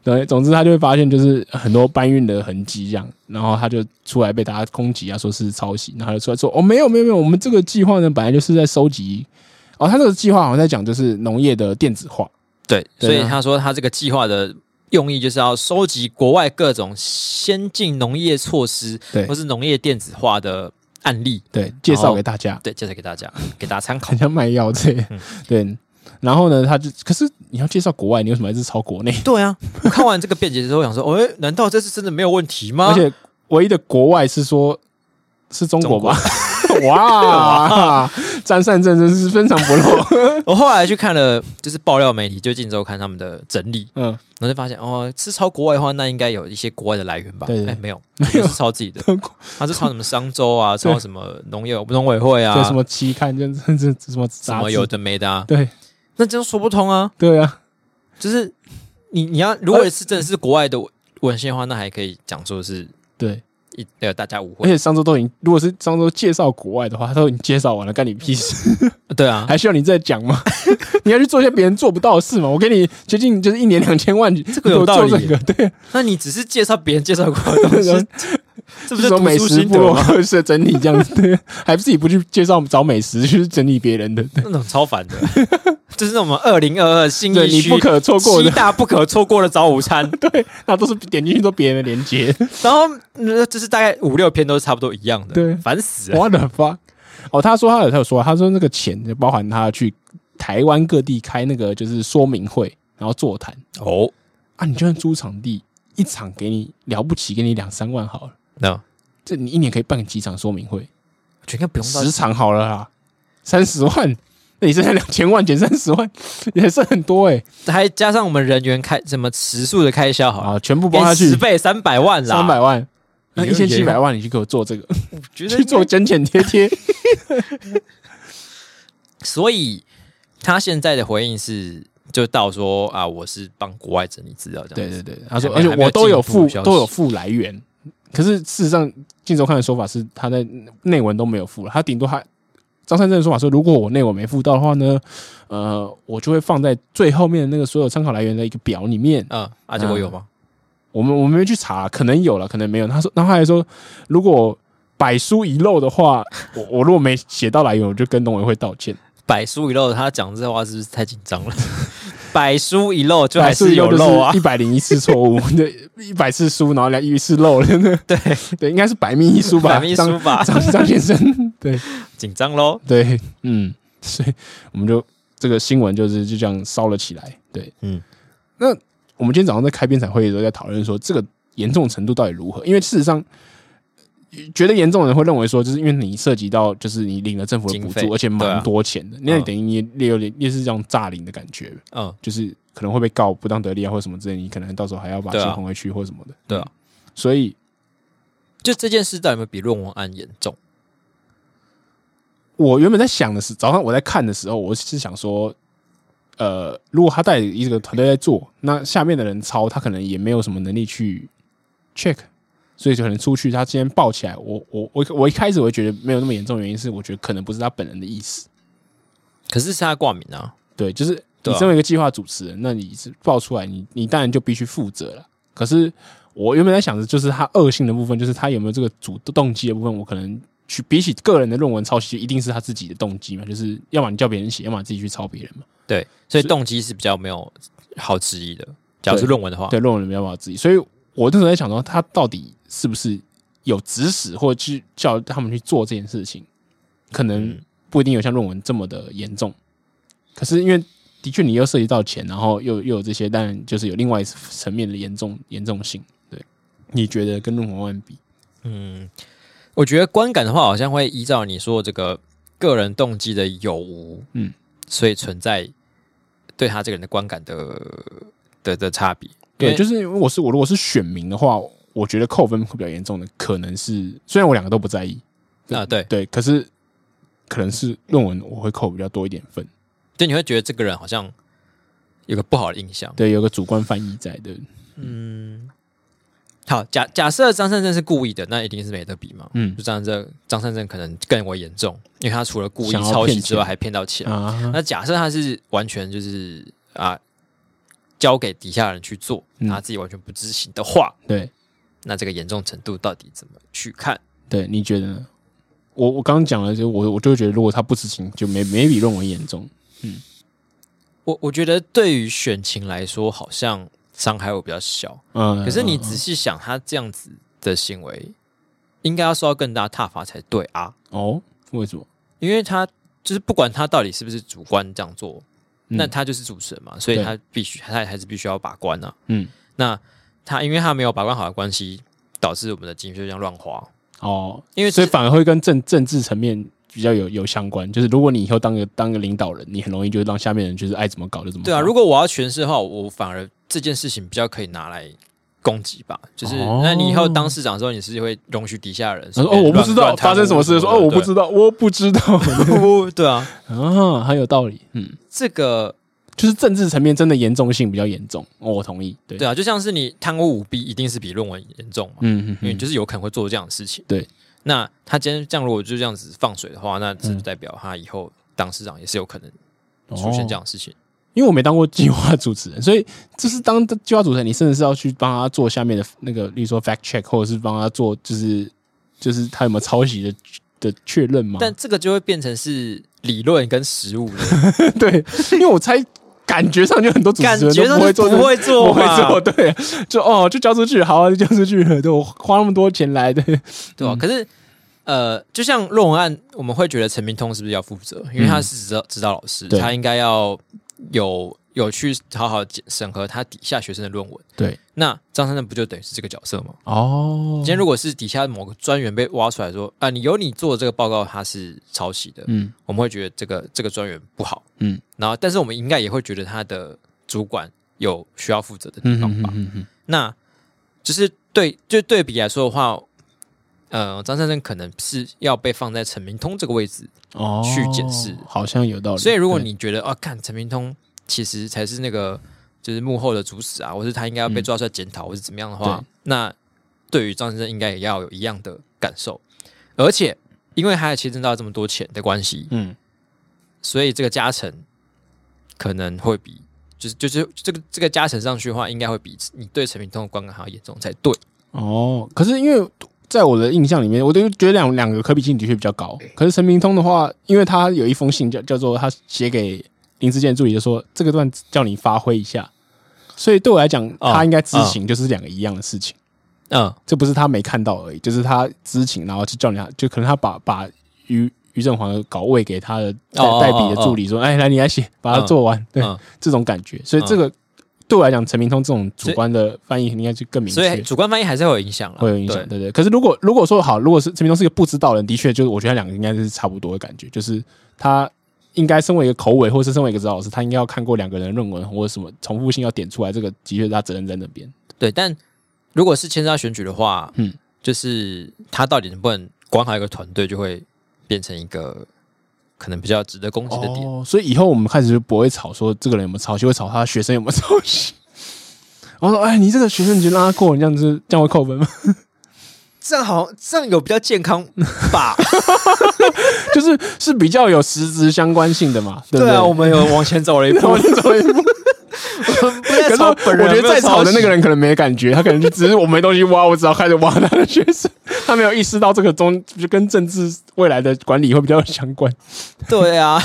B: 对，总之他就会发现就是很多搬运的痕迹这样，然后他就出来被大家攻击啊，说是抄袭，然后他就出来说哦没有没有没有，我们这个计划呢本来就是在收集，哦他这个计划好像在讲就是农业的电子化，
A: 对，
B: 对啊
A: 所以他说他这个计划的用意就是要收集国外各种先进农业措施
B: 对
A: 或是农业电子化的案例，
B: 对，介
A: 哦
B: 绍给大家，
A: 对，介绍给大家，给大家参考
B: 很。像卖药这样，
A: 嗯
B: 对。然后呢，他就可是你要介绍国外，你为什么还是抄国内？
A: 对啊，我 看完这个辩解之后，想说，哎、难道这次真的没有问题吗？
B: 而且唯一的国外是说是中国吧？ 哇，张善政真是非常 不漏。
A: 我后来去看了，就是爆料媒体《就近周刊》他们的整理，
B: 嗯，
A: 然后就发现，哦，是抄国外的话，那应该有一些国外的来源吧？
B: 对对
A: 哎，没有，就是抄自己 的，他是抄什么商周啊，
B: 对
A: 抄什么农业农委会啊，
B: 这什么期刊，这这这这什么
A: 什
B: 杂
A: 么
B: 志？
A: 有的没的啊，
B: 对
A: 那这样说不通啊。
B: 对啊，
A: 就是你你要如果是真的是国外的文献的话，那还可以讲说是
B: 对。
A: 一呃大家误
B: 而
A: 会，
B: 且上周都已经，如果是上周介绍国外的话，他都已经介绍完了，干你屁事？
A: 对 啊，
B: 哎还需要你再讲 吗？你要去做一些别人做不到的事吗？我给你接近就是一年两千万，这
A: 个有道理
B: 这个对，
A: 那你只是介绍别人介绍过的东西， 这不
B: 这
A: 是
B: 种
A: 读
B: 美
A: 书
B: 食
A: 心
B: 部
A: 得吗？
B: 落 是整理这样子，对， 还自己不去介绍找美食，去整理别人的，对，
A: 那种超烦的，就是我们二零二二新
B: 对
A: 一
B: 你
A: 区
B: 不可错过
A: 七
B: 的，
A: 大不可错过的早午 餐，
B: 那都是点进去都别人的链接。
A: 然后嗯就是大概五六篇都是差不多一样的，
B: 对
A: 烦死了。
B: What the fuck？哦，他说他有他有说，他说那个钱就包含他去台湾各地开那个就是说明会，然后座谈
A: 哦，
B: 啊，你就算租场地一场给你了不起，给你两三万好了，
A: 那
B: 这你一年可以办几场说明会，
A: 全该不用到
B: 十场好了啦，三十万。那你剩下两千万减三十万，也是很多哎、欸！
A: 还加上我们人员开什么食宿的开销，好了，
B: 啊，全部包下去
A: 十倍三百万啦，
B: 三百万，那
A: 也
B: 一千七百万你去给我做这个，
A: 觉得
B: 去做剪剪 贴贴，
A: 所以他现在的回应是，就到说啊，我是帮国外整理资料这
B: 对
A: 样子。
B: 对对，他说，
A: 还
B: 而
A: 没
B: 且我都有
A: 还没
B: 附
A: 有进一步消息
B: 都有附来源，可是事实上，镜周刊的说法是他在内文都没有附了，他顶多他张三正的说法说，如果我内文没附到的话呢，呃，我就会放在最后面的那个所有参考来源的一个表里面。
A: 嗯，啊，结果有吗？
B: 我们我们没去查，可能有了，可能没有。他说，然后他还说，如果百书遗漏的话，我我如果没写到来源，我就跟农委会道歉。
A: 百书一漏，他讲这话是不是太紧张了？ 百书一漏就
B: 百
A: 还
B: 次
A: 是有漏啊
B: 一，百零一次错 误，对，一百次输，然后两一次漏了，
A: 对，
B: 对，应该是百密一疏吧，
A: 百密一疏吧
B: 张张张先生，对
A: 紧张喽。
B: 对，嗯，所以我们就这个新闻就是就这样烧了起来，对，
A: 嗯，
B: 那我们今天早上在开编采会的时候在讨论说这个严重程度到底如何，因为事实上。觉得严重的人会认为说，就是因为你涉及到，就是你领了政府的补
A: 经费
B: 助，而且
A: 对
B: 蛮
A: 啊
B: 多钱的，那
A: 嗯
B: 等于你也也有点也是这种诈领的感觉。
A: 嗯，
B: 就是可能会被告不当得利啊，或什么之类，你可能到时候还要把
A: 对啊
B: 钱还回去或什么的。
A: 对啊，
B: 所以
A: 就这件事到底有没有比论文案严重？
B: 我原本在想的是，早上我在看的时候，我是想说，呃，如果他带一个团队在做，那下面的人抄，他可能也没有什么能力去 check，所以就可能出去他今天抱起来，我我我我一开始我会觉得没有那么严重，原因是我觉得可能不是他本人的意思，
A: 可是是他挂名啊，
B: 对，就是你
A: 对啊
B: 身为一个计划主持人，那你是爆出来，你你当然就必须负责了。可是我原本在想的就是他恶性的部分，就是他有没有这个主动机的部分，我可能去比起个人的论文抄袭，一定是他自己的动机嘛，就是要么你叫别人写，要么自己去抄别人嘛。
A: 对，所以
B: 是
A: 动机是比较没有好质疑的。假如是
B: 对
A: 论文的话，
B: 对，论文没有办法自己，所以我那时候在想说，他到底是不是有指使或者去叫他们去做这件事情，可能
A: 嗯
B: 不一定有像论文这么的严重。可是因为的确你又涉及到钱，然后又又有这些，当然就是有另外一层面的严重严重性。对，你觉得跟论文万比？
A: 嗯，我觉得观感的话，好像会依照你说这个个人动机的有无，
B: 嗯，
A: 所以存在对他这个人的观感的的的差别。
B: 对，就是是我是我如果是选民的话，我觉得扣分会比较严重的，可能是虽然我两个都不在意，
A: 啊，对，
B: 对，可是可能是论文我会扣比较多一点分，
A: 就你会觉得这个人好像有个不好的印象。
B: 对，有个主观翻译在的，
A: 好，假假设张善政是故意的，那一定是没得比嘛。
B: 嗯
A: 就张善政，张善政可能更为严重，因为他除了故意
B: 想要
A: 抄袭
B: 骗
A: 之外，
B: 钱
A: 还骗到钱。
B: 啊，
A: 那假设他是完全就是啊，交给底下人去做，
B: 嗯
A: 他自己完全不知情的话，
B: 对
A: 那这个严重程度到底怎么去看？
B: 对，你觉得呢？我我刚刚讲了，就我我就会觉得，如果他不知情，就没没比论文严重。
A: 我我觉得对于选情来说，好像伤害会比较小。
B: 嗯，
A: 可是你
B: 嗯
A: 仔细想，他这样子的行为，应该要受到更大的挞伐才对啊，
B: 哦，为什么？
A: 因为他就是不管他到底是不是主观这样做，
B: 嗯
A: 那他就是主持人嘛，所以
B: 对
A: 他必须他还是必须要把关啊。
B: 嗯，
A: 那他因为他没有把关好的关系，导致我们的经费就这样乱花。
B: 哦，
A: 因为
B: 所以
A: 这
B: 反而会跟政政治层面比较有有相关。就是如果你以后当个当个领导人，你很容易就让下面人就是爱怎么搞就怎么搞。
A: 对啊，如果我要诠释的话，我反而这件事情比较可以拿来攻击吧。就是、
B: 哦
A: 那你以后当市长的时候，你是会容许底下人
B: 他说哦，我不知道发生什么事，说哦，我不知道，我不知道
A: 道，对啊，
B: 啊，很有道理。嗯，
A: 这个
B: 就是政治层面真的严重性比较严重，哦我同意。对，
A: 对啊，就像是你贪污舞弊，一定是比论文严重嘛，
B: 嗯嗯
A: 因为你
B: 嗯，
A: 就是有可能会做这样的事情。
B: 对，
A: 那他今天这样，如果就这样子放水的话，那
B: 嗯
A: 是不是代表他以后当市长也是有可能
B: 哦
A: 出现这样的事情？
B: 因为我没当过计划主持人，所以就是当计划主持人，你甚至是要去帮他做下面的那个，例如说 fact check，或者是帮他做就是就是他有没有抄袭的的确认 嘛？
A: 但这个就会变成是理论跟实物的
B: 对，因为我猜感觉上就很多主
A: 感
B: 持人
A: 觉，
B: 都
A: 上
B: 不
A: 是
B: 会做这
A: 不
B: 个，
A: 会做
B: 不会
A: 嘛，
B: 做，对，就哦就交出去，好啊，就交出去了，对我花那么多钱来的，
A: 对吧、啊
B: 嗯
A: 可是呃，就像论文案，我们会觉得陈明通是不是要负责？因为他是指导指导老师，
B: 嗯对
A: 他应该要有有去好好检审核他底下学生的论文。
B: 对，
A: 那张三正不就等于是这个角色吗？
B: 哦
A: 今，天如果是底下某个专员被挖出来说啊，你有你做的这个报告他是抄袭的，
B: 嗯
A: 我们会觉得这个这个专员不好，
B: 嗯
A: 然后但是我们应该也会觉得他的主管有需要负责的地
B: 嗯
A: 方
B: 嗯
A: 吧？
B: 嗯嗯，
A: 那就是对就对比来说的话，呃，张善政可能是要被放在陈明通这个位置，
B: 哦，
A: 去解释
B: 好像有道理。
A: 所以如果
B: 对
A: 你觉得啊，看陈明通其实才是那个就是幕后的主使啊，或是他应该要被抓出来检讨，或是怎么样的话
B: 嗯对，
A: 那对于张先生应该也要有一样的感受，而且因为他也牵涉到这么多钱的关系，
B: 嗯
A: 所以这个加成可能会比。就是就是这个这个加成上去的话，应该会比你对陈明通的观感还要严重才对。
B: 哦，可是因为在我的印象里面，我都觉得两两个可比性的确比较高。可是陈明通的话，因为他有一封信叫叫做他写给林志健助理就说这个段叫你发挥一下，所以对我来讲，
A: 哦
B: 他应该知情就是两个一样的事情。
A: 嗯，
B: 这不是他没看到而已，就是他知情，然后就叫你他，就可能他把把于于振煌的稿喂给他的代
A: 哦哦
B: 代笔的助理说：“哎，来你来写，把它做完。”对
A: 嗯，
B: 这种感觉，所以这
A: 啊
B: 个对我来讲，陈明通这种主观的翻译应该就更明
A: 所以
B: 确。
A: 主观翻译还是会有影响啦，
B: 会有影响，
A: 对
B: 对对。可是如果如果说好，如果是陈明东是一个不知道的人，的确就是我觉得他两个应该是差不多的感觉，就是他应该身为一个口尾，或是身为一个指导老师，他应该要看过两个人的论文或者什么重复性要点出来，这个的确是他责任在那边。
A: 对，但如果是牵涉到选举的话，嗯
B: 嗯，
A: 就是他到底能不能管好一个团队，就会变成一个可能比较值得攻击的点。
B: 哦，所以以后我们开始就不会吵说这个人有没有抄袭，会吵他学生有没有抄袭。我说，哎，你这个学生你就让他过，你这样子这样会扣分吗？
A: 这样好，这样有比较健康 吧？
B: 就是是比较有实质相关性的嘛，对不对？
A: 啊们有往前走了一
B: 然后 我就走一步 可
A: 可
B: 是我觉得在吵的那个，人可能没感觉，他可能就只是我没东西挖，我只要开始挖他的学生，他没有意识到这个中就跟政治未来的管理会比较相关。
A: 对啊。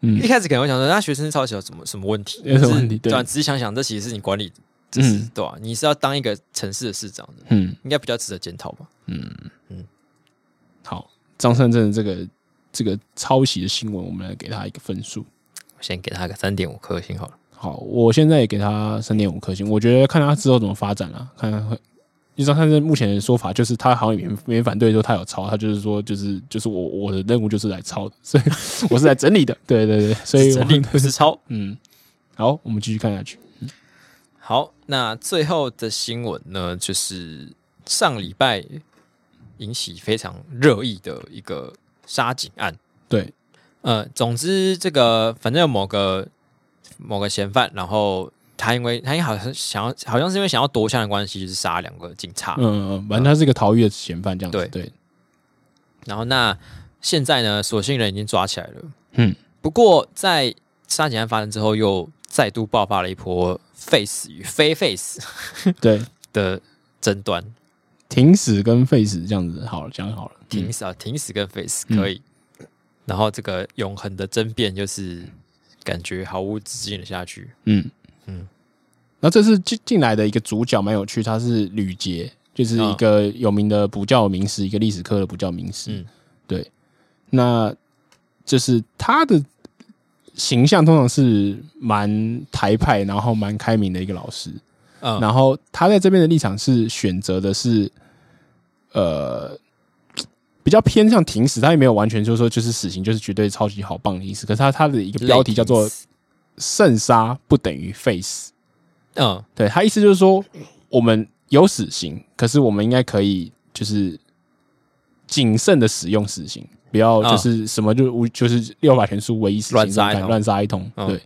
B: 嗯
A: 一开始可能会想说，那学生抄袭有什么什么问题？
B: 有什么问题
A: 可是
B: 对
A: 对啊，仔细想想，这其实是你管理，这是、
B: 嗯
A: 对啊，你是要当一个城市的市长的，
B: 嗯，
A: 应该比较值得检讨吧？
B: 好，张善政的这个这个抄袭的新闻，我们来给他一个分数。
A: 我先给他个三点五颗星好了。
B: 好，我现在也给他三点五颗星，我觉得看他之后怎么发展啊，看他会。因为张善政目前的说法就是，他好像也没没反对说他有抄，他就是说就是就是我我的任务就是来抄的，所以 我是来整理的，对对对，所以我
A: 整理不是抄。
B: 嗯，好，我们继续看下去。
A: 好，那最后的新闻呢，就是上礼拜引起非常热议的一个杀警案。
B: 对，
A: 呃，总之这个反正有某个某个嫌犯，然后他因为他因为好像想要，好像是因为想要夺枪的关系，就是杀两个警察。
B: 嗯，嗯反正他是一个逃狱的嫌犯这样子。
A: 啊对
B: 对，
A: 然后那现在呢，所幸人已经抓起来了。
B: 嗯，
A: 不过在杀警案发生之后，又再度爆发了一波 face 与非 face
B: 对，
A: 的争端。
B: 停死跟废死这样子，好了，讲好了。
A: 停死啊，停死跟 face
B: 嗯
A: 可以。然后这个永恒的争辩就是感觉毫无止境的下去。
B: 嗯嗯
A: 嗯。
B: 那这次进进来的一个主角蛮有趣，他是吕杰，就是
A: 啊
B: 一个有名的补教名师，一个历史科的补教名师。
A: 嗯
B: 对。那就是他的形象通常是蛮台派，然后蛮开明的一个老师。
A: 嗯，
B: 然后他在这边的立场是选择的是，呃，比较偏向停死，他也没有完全就说就是死刑就是绝对超级好棒的意思。可是他他的一个标题叫做“圣杀不等于废死”，
A: 嗯
B: 对他意思就是说，我们有死刑，可是我们应该可以就是谨慎的使用死刑，不要
A: 嗯
B: 就是什么就无就是六法全书唯一死
A: 乱
B: 刑这种
A: 杀一
B: 感觉
A: 通
B: 乱杀一通，
A: 嗯
B: 对。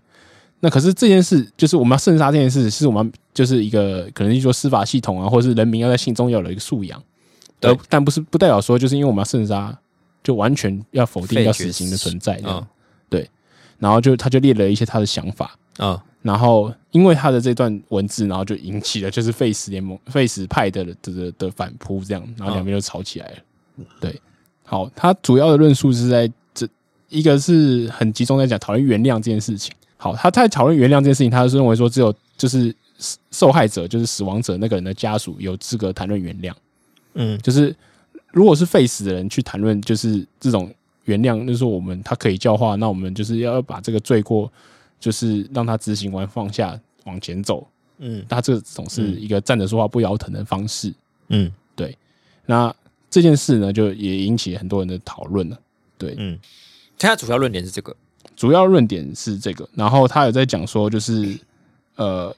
B: 那可是这件事，就是我们要慎杀这件事，是我们就是一个可能就说司法系统啊，或者是人民要在性中要有一个素养，
A: 对
B: 而但不是不代表说就是因为我们要慎杀，就完全要否定
A: 废
B: 掉
A: 绝
B: 死刑的
A: 死
B: 存在这样
A: 嗯
B: 然后就他就列了一些他的想法，
A: 嗯
B: 然后因为他的这段文字，然后就引起了就是费时联盟费时派的的的的反扑，这样，然后两边就吵起来了。对，好，他主要的论述是在这一个是很集中在讲讨论原谅这件事情。好，他在讨论原谅这件事情，他是认为说只有就是受害者就是死亡者那个人的家属有资格谈论原谅。
A: 嗯
B: 就是如果是 face 的人去谈论，就是这种原谅，就是说我们他可以教化，那我们就是要把这个罪过，就是让他执行完放下往前走，
A: 嗯
B: 他这种是一个站着说话不腰疼的方式。
A: 嗯
B: 那这件事呢，就也引起很多人的讨论了。
A: 嗯，他主要论点是这个。
B: 主要论点是这个，然后他有在讲说，就是呃，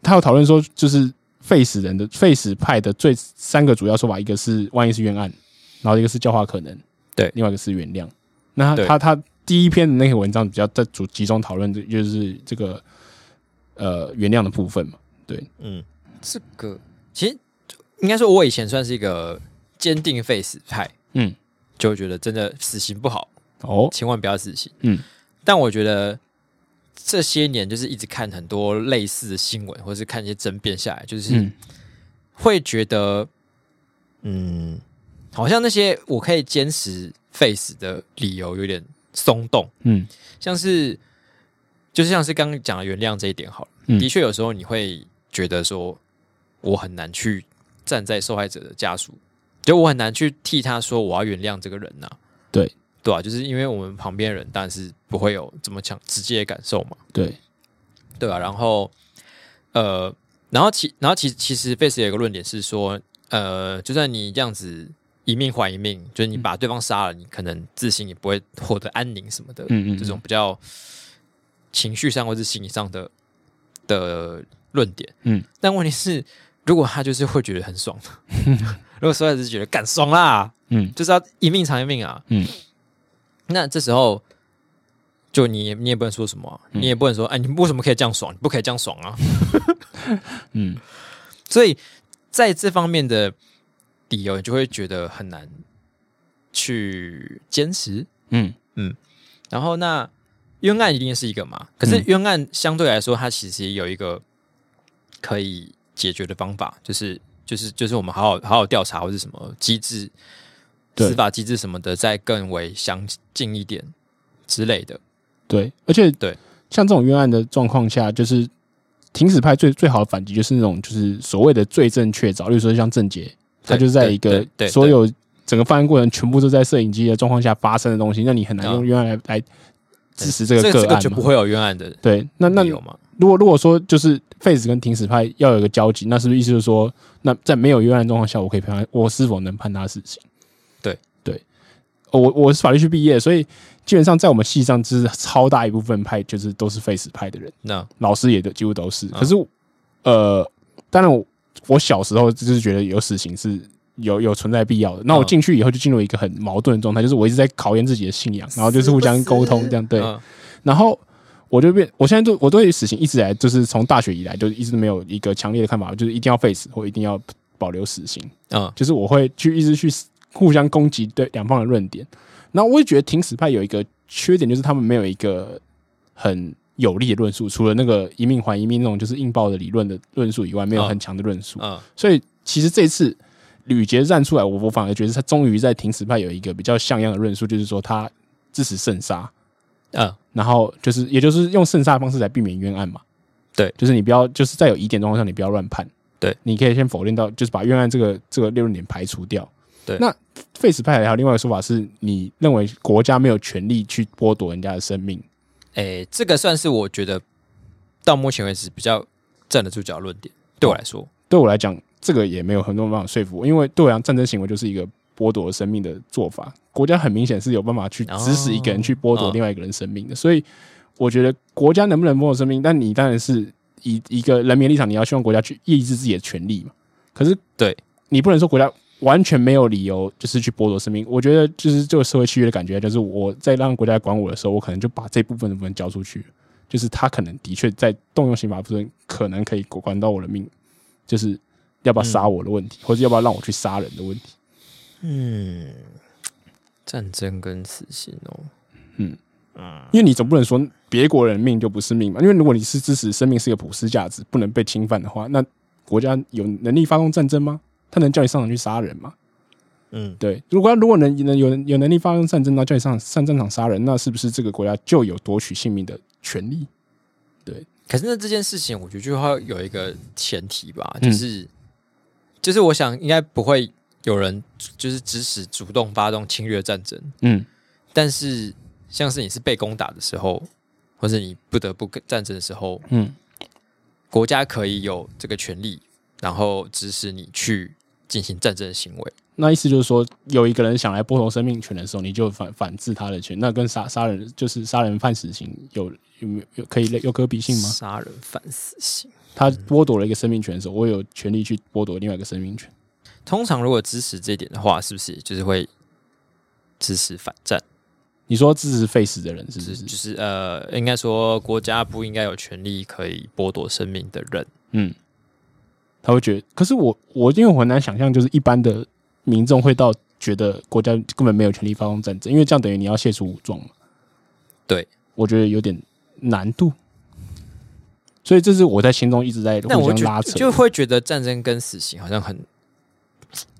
B: 他有讨论说，就是废死人的废死派的最三个主要说法，一个是万一是冤案，然后一个是教化可能，
A: 对
B: 另外一个是原谅。那
A: 对
B: 他他他第一篇的那个文章比较在主集中讨论，就是这个呃原谅的部分嘛。
A: 嗯，这个其实应该说，我以前算是一个坚定 face 派，
B: 嗯，
A: 就觉得真的死刑不好，
B: 哦，
A: 千万不要死刑。
B: 嗯，
A: 但我觉得这些年就是一直看很多类似的新闻，或是看一些争辩下来，就是
B: 嗯
A: 会觉得，嗯好像那些我可以坚持 face 的理由有点松动，
B: 嗯
A: 像是就是像是刚刚讲的原谅这一点好了，
B: 嗯
A: 的确有时候你会觉得说，我很难去站在受害者的家属，就我很难去替他说我要原谅这个人呐、啊
B: 对
A: 对啊，就是因为我们旁边人，但是不会有这么强直接的感受嘛，
B: 对，
A: 对啊，然后呃，然后其然后其其实 face 有一个论点是说，呃，就算你这样子。一命还一命，就是你把对方杀了，你可能自信也不会获得安宁什么的。
B: 嗯嗯，
A: 这种比较情绪上或是心理上的的论点。
B: 嗯，
A: 但问题是，如果他就是会觉得很爽， 如果说他只是觉得干爽啦，
B: 嗯
A: 就是要一命偿一命啊，
B: 嗯，
A: 那这时候就你也你也不能说什么啊、你也不能说哎，你为什么可以这样爽？你不可以这样爽啊！
B: 嗯
A: 所以在这方面的理由，你就会觉得很难去坚持。
B: 嗯
A: 然后那冤案一定是一个嘛，可
B: 嗯
A: 是冤案相对来说，它其实也有一个可以解决的方法，就是就是就是我们好好好好调查或是什么机制、
B: 对
A: 司法机制什么的，再更为详尽一点之类的。
B: 对，而且
A: 对，
B: 像这种冤案的状况下，就是停止派最最好的反击就是那种就是所谓的罪证确凿，例如说像郑杰，他
A: 对
B: 就在
A: 对
B: 一个
A: 对对
B: 所有整个犯案过程全部都在摄影机的状况下发生的东西，那你很难
A: 嗯
B: 用冤案来来支持这
A: 这
B: 个
A: 这
B: 个
A: 个
B: 案
A: 就不
B: 嘛。
A: 会有冤案的
B: 对，那那
A: 理由嘛？
B: 如果如果说就是废死跟停止派要有一个交集，那是不是意思就是说，那在没有冤案的状况下，我可以判他，我是否能判他死刑？
A: 对
B: 对，我我是法律系毕业，所以基本上在我们系上，就是超大一部分派就是都是废死派的人，
A: 那嗯
B: 老师也都几乎都是。可是呃，当然我我小时候就是觉得有死刑是有有存在必要的。那我
A: 嗯
B: 进去以后就进入一个很矛盾的状态，就是我一直在考验自己的信仰，然后就是互相沟
A: 是
B: 通
A: 不
B: 这样对。
A: 嗯
B: 然后我就变，我现在就我对于死刑一直以来就是从大学以来就是一直没有一个强烈的看法，就是一定要废死或一定要保留死刑，
A: 嗯
B: 就是我会去一直去互相攻击对两方的论点。然后我也觉得挺死派有一个缺点，就是他们没有一个很有力的论述，除了那个一命还一命那种就是硬爆的理论的论述以外，没有
A: 嗯
B: 很强的论述。
A: 嗯
B: 所以其实这次吕杰站出来，我我反而觉得他终于在挺死派有一个比较像样的论述，就是说他支持圣杀，
A: 嗯
B: 然后就是也就是用圣杀的方式来避免冤案嘛。
A: 对
B: 就是你不要，就是在有疑点状况下，你不要乱判。
A: 对，
B: 你可以先否定到，就是把冤案这个这个六论点排除掉。
A: 对
B: 那废死派还有另外一个说法是，你认为国家没有权利去剥夺人家的生命。
A: 诶，哎这个算是我觉得到目前为止比较站得住脚的论点，对我来说，
B: 对我来讲，这个也没有很多办法说服我，因为对我来讲，战争行为就是一个剥夺生命的做法。国家很明显是有办法去
A: 哦
B: 指使一个人去剥夺
A: 嗯
B: 另外一个人生命的，所以我觉得国家能不能剥夺生命，但你当然是以一个人民立场，你要希望国家去抑制自己的权利嘛。可是，
A: 对
B: 你不能说国家完全没有理由就是去剥夺生命。我觉得就是这个社会契约的感觉，就是我在让国家管我的时候，我可能就把这部分的部分交出去了。就是他可能的确在动用刑法部分，可能可以管到我的命，就是要不要杀我的问题，或者要不要让我去杀人的问题。哦
A: 嗯，战争跟死刑哦，
B: 因为你总不能说别国人命就不是命嘛。因为如果你是支持生命是一个普世价值，不能被侵犯的话，那国家有能力发动战争吗？他能叫你上场去杀人吗？
A: 嗯，
B: 对，如果他如果能能有有能力发动战争，然后叫你上上战场杀人，那是不是这个国家就有夺取性命的权利？
A: 可是那这件事情，我觉得就要有一个前提吧，
B: 嗯
A: 就是、就是我想应该不会有人就是指使主动发动侵略战争，
B: 嗯，
A: 但是像是你是被攻打的时候，或是你不得不跟战争的时候，
B: 嗯，
A: 国家可以有这个权利，然后指使你去进行战争的行为。
B: 那意思就是说，有一个人想来剥夺生命权的时候，你就反反制他的权，那跟杀杀人就是杀人犯死刑有有没有有可以类有可比性吗？
A: 杀人犯死刑，
B: 他剥夺了一个生命权的时候，我有权利去剥夺另外一个生命权。
A: 通常如果支持这一点的话，是不是就是会支持反战？
B: 你说支持废死的人是不
A: 就是
B: 是？
A: 就是呃，应该说国家不应该有权利可以剥夺生命的人。
B: 嗯，他会觉得，可是我我因为我很难想象，就是一般的民众会到觉得国家根本没有权利发动战争，因为这样等于你要卸除武装嘛。
A: 对，
B: 我觉得有点难度，所以这是我在心中一直在
A: 但
B: 互
A: 我
B: 相
A: 觉
B: 拉扯。
A: 就会觉得战争跟死刑好像很，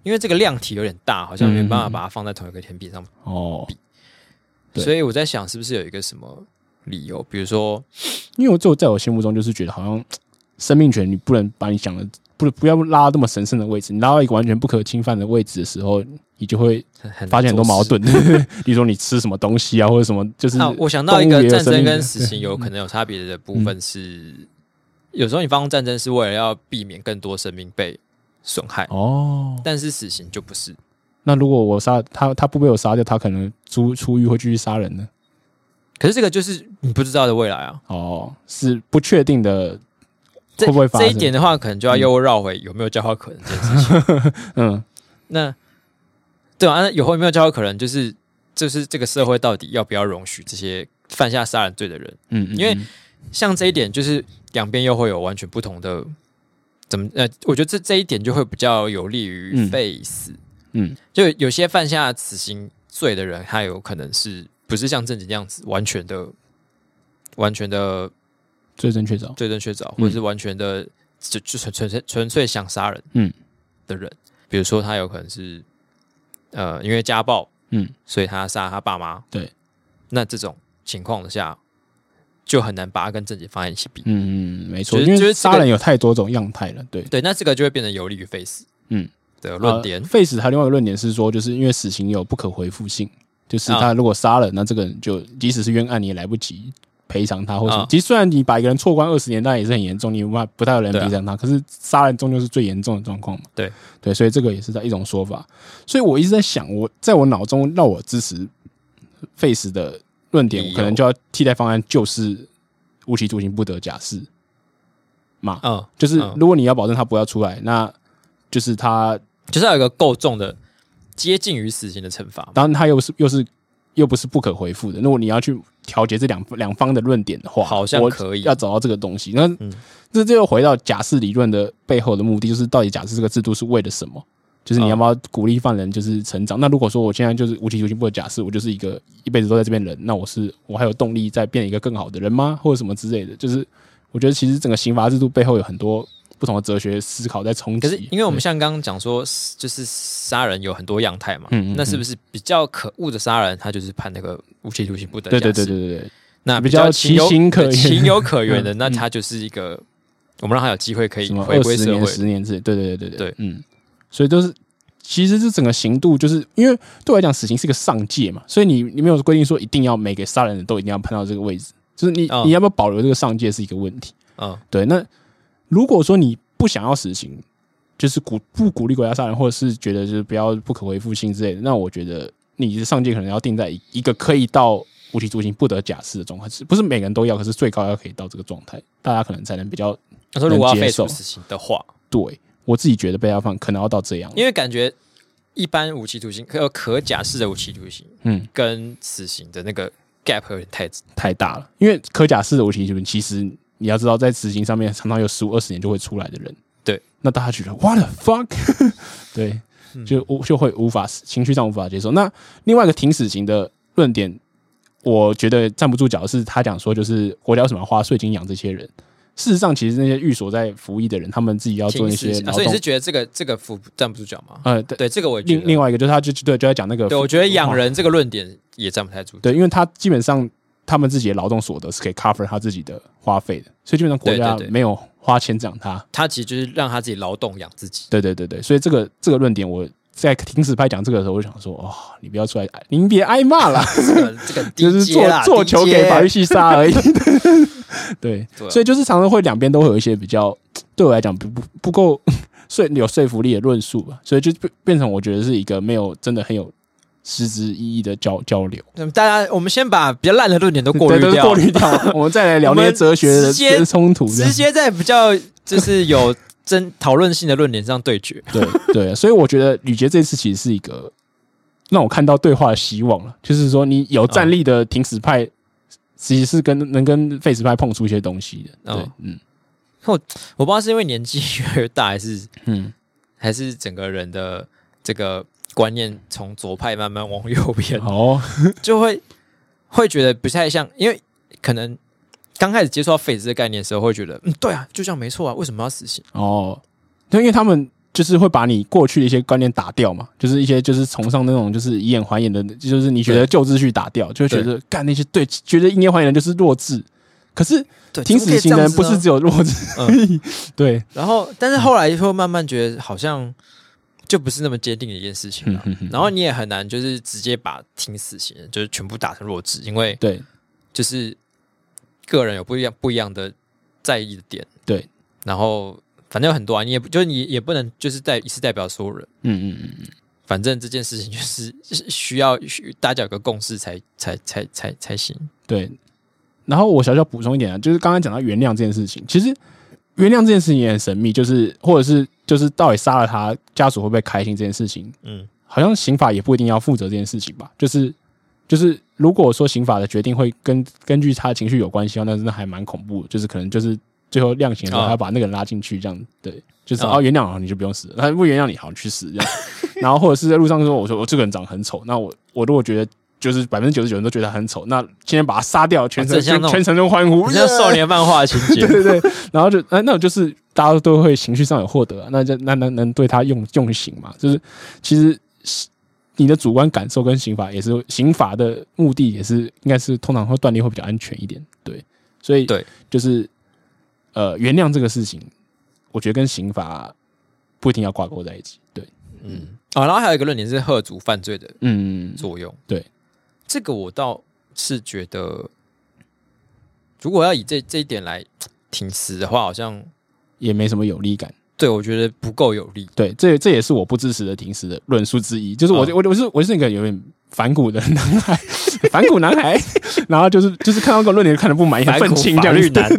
A: 因为这个量体有点大，好像没办法把它放在同一个天平上。
B: 哦，嗯对
A: 所以我在想，是不是有一个什么理由？比如说，
B: 因为我就在我心目中就是觉得好像生命权你不能把你想的不不要拉到这么神圣的位置，你拉到一个完全不可侵犯的位置的时候，你就会
A: 很很
B: 发现很多
A: 难做
B: 矛
A: 事
B: 盾， 比如说你吃什么东西啊，或者什么，就是
A: 啊，我想到一
B: 动
A: 个
B: 物也有
A: 战
B: 生
A: 争
B: 命
A: 跟
B: 的嗯
A: 死刑有可能有差别的部分是，有时候你发动战争是为了要避免更多生命被损害，
B: 哦。
A: 但是死刑就不是。
B: 那如果我杀他，他不被我杀掉，他可能出出狱会继续杀人呢？
A: 可是这个就是你不知道的未来啊，
B: 哦，是不确定的，
A: 这
B: 会不会发
A: 这
B: 生
A: 一点的话，可能就要又绕回有没有教化可能这件事情。
B: 嗯，
A: 那对啊，那有或没有教化可能，就是就是这个社会到底要不要容许这些犯下杀人罪的人？
B: 嗯，嗯
A: 因为
B: 嗯
A: 像这一点，就是两边又会有完全不同的怎么呃，我觉得这这一点就会比较有利于
B: 嗯
A: 废死。
B: 嗯，
A: 就有些犯下死刑罪的人，他有可能是不是像正经那样子完全的、完全的
B: 罪证确凿，
A: 罪证确凿，
B: 嗯
A: 或者是完全的就就纯纯粹纯粹想杀人，
B: 嗯
A: 的人，比如说他有可能是呃因为家暴，
B: 嗯，
A: 所以他杀他爸妈，
B: 对，
A: 那这种情况下就很难把他跟正经放在一起比。
B: 嗯嗯，没错，
A: 就是
B: 因
A: 就
B: 为
A: 是这
B: 杀
A: 个
B: 人有太多种样态了，对，
A: 对，那这个就会变得有利于 face，
B: 嗯
A: 的论点
B: 呃。，face 还有另外一个论点是说，就是因为死刑有不可回复性，就是
A: 啊
B: 他如果杀了，那这个人就即使是冤案，你也来不及赔偿他或什么
A: 啊。
B: 其实虽然你把一个人错关二十年，但也是很严重，你无法不太有人
A: 对啊
B: 赔偿他。可是杀人终究是最严重的状况嘛。
A: 对
B: 对，所以这个也是在一种说法。所以我一直在想，我在我脑中让我支持 face 的论点，
A: 理由
B: 我可能就要替代方案就是无期徒刑不得假释。嘛，
A: 嗯，
B: 就是
A: 嗯
B: 如果你要保证它不要出来，那就是它，
A: 就是要有一个够重的接近于死刑的惩罚嘛。
B: 当然它又不是又是又不是不可回复的。如果你要去调节这两两方的论点的话，
A: 好像
B: 我
A: 可以
B: 要找到这个东西。那
A: 嗯
B: 这这又回到假释理论的背后的目的，就是到底假释这个制度是为了什么？就是你要不要鼓励犯人就是成
A: 哦
B: 长？那如果说我现在就是无期徒刑不可假释，我就是一个一辈子都在这边的人，那我是我还有动力再变一个更好的人吗？或者什么之类的？就是我觉得其实整个刑罚制度背后有很多不同的哲学思考在冲击。
A: 可是因为我们像刚刚讲说，就是杀人有很多样态嘛，
B: 嗯嗯嗯
A: 那是不是比较可恶的杀人，他就是判那个无期徒刑不得假
B: 对
A: 释？
B: 对对对对对，
A: 那
B: 比
A: 较
B: 较
A: 情有
B: 情可
A: 对
B: 原嗯
A: 情有可原 的，那他就是一个，我们让他有机会可以
B: 什么
A: 回
B: 二
A: 归
B: 十
A: 社
B: 年、
A: 会。
B: 十年之类，对对对对
A: 对
B: 嗯，所以都是其实这整个刑度，就是因为对我来讲，死刑是一个上界嘛，所以你你没有规定说一定要每个杀人的都一定要判到这个位置，就是你、
A: 嗯
B: 你要不要保留这个上界是一个问题。
A: 嗯
B: 对，那如果说你不想要死刑，就是鼓不鼓励国家杀人，或者是觉得就是不要不可回复性之类的，那我觉得你的上界可能要定在一一个可以到无期徒刑不得假释的状态，是不是每个人都要，可是最高要可以到这个状态，大家可能才能比较
A: 他说如果要
B: 能接
A: 废除
B: 受
A: 死刑的话，
B: 对我自己觉得被他放可能要到这样，
A: 因为感觉一般无期徒刑可可假释的无期徒刑
B: 嗯
A: 跟死刑的那个 gap 有点太
B: 太大了。因为科甲式的无期徒刑，其实你要知道，在执行上面常常有十五二十年就会出来的人，
A: 对，
B: 那大家觉得 what the fuck，对，
A: 嗯
B: 就无就会无法情绪上无法接受。那另外一个停死刑的论点，我觉得站不住脚，是他讲说就是国家为什么要花税金养这些人？事实上，其实那些寓所在服役的人，他们自己要做
A: 挺
B: 那
A: 死
B: 些
A: 刑、啊
B: 劳
A: 所以
B: 动
A: 你是，觉得这个这个扶站不住脚吗？
B: 呃，对，
A: 对，这个我也觉
B: 另
A: 得。
B: 另外一个就是他就对就在讲那个，
A: 对，我觉得养人这个论点也站不太住脚。
B: 对，因为他基本上他们自己的劳动所得是可以 cover 他自己的花费的，所以基本上国
A: 对对
B: 家
A: 对
B: 没有花钱养他。
A: 他其实就是让他自己劳动养自己。
B: 对对对对，所以这个这个论点，我在停止拍讲这个的时候，我就想说，哦，你不要出来，您别挨 骂啦，
A: 这个这个低
B: 就是
A: 阶
B: 做
A: 啦，
B: 做
A: 低
B: 球给
A: 阶
B: 法律系杀而已。 对，
A: 对啊
B: 所以就是常常会两边都会有一些比较，对我来讲不不不够说有说服力的论述吧，所以就变变成我觉得是一个没有真的很有实质意义的交交流。
A: 那嗯么大家，我们先把比较烂的论点都过
B: 对
A: 滤
B: 都是
A: 掉，
B: 过 滤掉，我们再来聊那些哲学
A: 我们
B: 的
A: 直接
B: 的冲突这样，
A: 直接在比较就是有争讨论性的论点上对决。
B: 对对，所以我觉得吕杰这次其实是一个让我看到对话的希望了，就是说你有战力的停死派，
A: 嗯
B: 其实是跟能跟废死派碰出一些东西的，对
A: 嗯，
B: 嗯
A: 我不知道是因为年纪越来越大，还是
B: 嗯，
A: 还是整个人的这个观念从左派慢慢往右偏，
B: 好，哦
A: 就会会觉得不太像，因为可能刚开始接触到废纸的概念的时候，会觉得嗯，对啊，就这样没错啊，为什么要死刑？
B: 哦，对，因为他们就是会把你过去的一些观念打掉嘛，就是一些就是崇尚那种就是以眼还眼的，就是你觉得旧秩序打掉，就会觉得干那些对，觉得以眼还眼的就是弱智，可是
A: 对，
B: 停死刑的人不是
A: 这。
B: 只有弱智，对，
A: 然后，但是后来会慢慢觉得好像就不是那么坚定的一件事情
B: 嗯
A: 了。
B: 哼哼，
A: 然后你也很难就是直接把挺死刑的就是全部打成弱智，因为
B: 对
A: 就是个人有不一样不一样的在意的点。
B: 对，
A: 然后反正有很多啊，你也不就是你也不能就是代一次代表所有人。
B: 嗯嗯嗯嗯，
A: 反正这件事情就是是需要需大家有个共识才才才才才行。
B: 对。然后我小小补充一点啊，就是刚刚讲到原谅这件事情，其实原谅这件事情也很神秘，就是或者是就是到底杀了他，家属会不会开心这件事情，
A: 嗯，
B: 好像刑法也不一定要负责这件事情吧？就是就是，如果说刑法的决定会跟根据他的情绪有关系的话，那真的还蛮恐怖的，就是可能就是最后量刑的时候，
A: 啊
B: 还要把那个人拉进去，这样对，就是
A: 啊
B: 哦原谅好你就不用死了，他不原谅你好你去死这 样，然后或者是在路上说我说我这个人长得很丑，那我我如果觉得。就是百分之九十九人都觉得他很丑，那今天把他杀掉，全
A: 啊
B: 城
A: 这像那
B: 全
A: 种
B: 全城都欢呼，
A: 你像少年漫画的情 节，
B: 对对对，然后就哎那那种就是大家都会情绪上有获得啊、那就那能能对他用用刑嘛？就是其实你的主观感受跟刑法也是刑法的目的也是应该是通常会断定会比较安全一点，对，所以
A: 对
B: 就是呃原谅这个事情，我觉得跟刑法不一定要挂钩在一起，对，
A: 嗯哦，然后还有一个论点是贺族犯罪的
B: 嗯，
A: 作用。
B: 对，
A: 这个我倒是觉得，如果要以这这一点来挺死的话，好像
B: 也没什么有力感。
A: 对我觉得不够有力。
B: 对，这这也是我不支持的停食的论述之一，就是我、
A: 嗯
B: 我我是我是一个有点反骨的男孩， 反骨男孩， 然后就是就是看到这个论点就看得不满意，很
A: 反
B: 愤
A: 恐
B: 青这
A: 法
B: 样
A: 律
B: 子，
A: 男，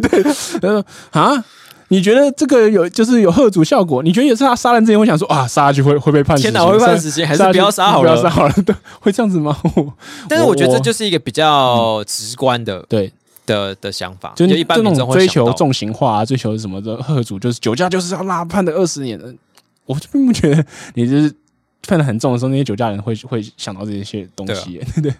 B: 他说啊，你觉得这个有就是有贺主效果？你觉得也是他杀人之前会想说啊，杀下去会会被判死刑？
A: 天哪，会判死刑，还是
B: 下去
A: 不要杀好
B: 不要杀
A: 了。
B: 好了，对，会这样子吗？我
A: 但是我觉得
B: 我
A: 这就是一个比较直观的
B: 对，
A: 的的想法，
B: 嗯就是
A: 一般
B: 这
A: 民众
B: 种
A: 会
B: 追
A: 想
B: 求
A: 到
B: 重刑化啊，追求什么的，贺主就是酒驾就是要拉判的二十年的。我就并不觉得你就是判的很重的时候，那些酒驾人会会想到这些东西、
A: 啊
B: 对、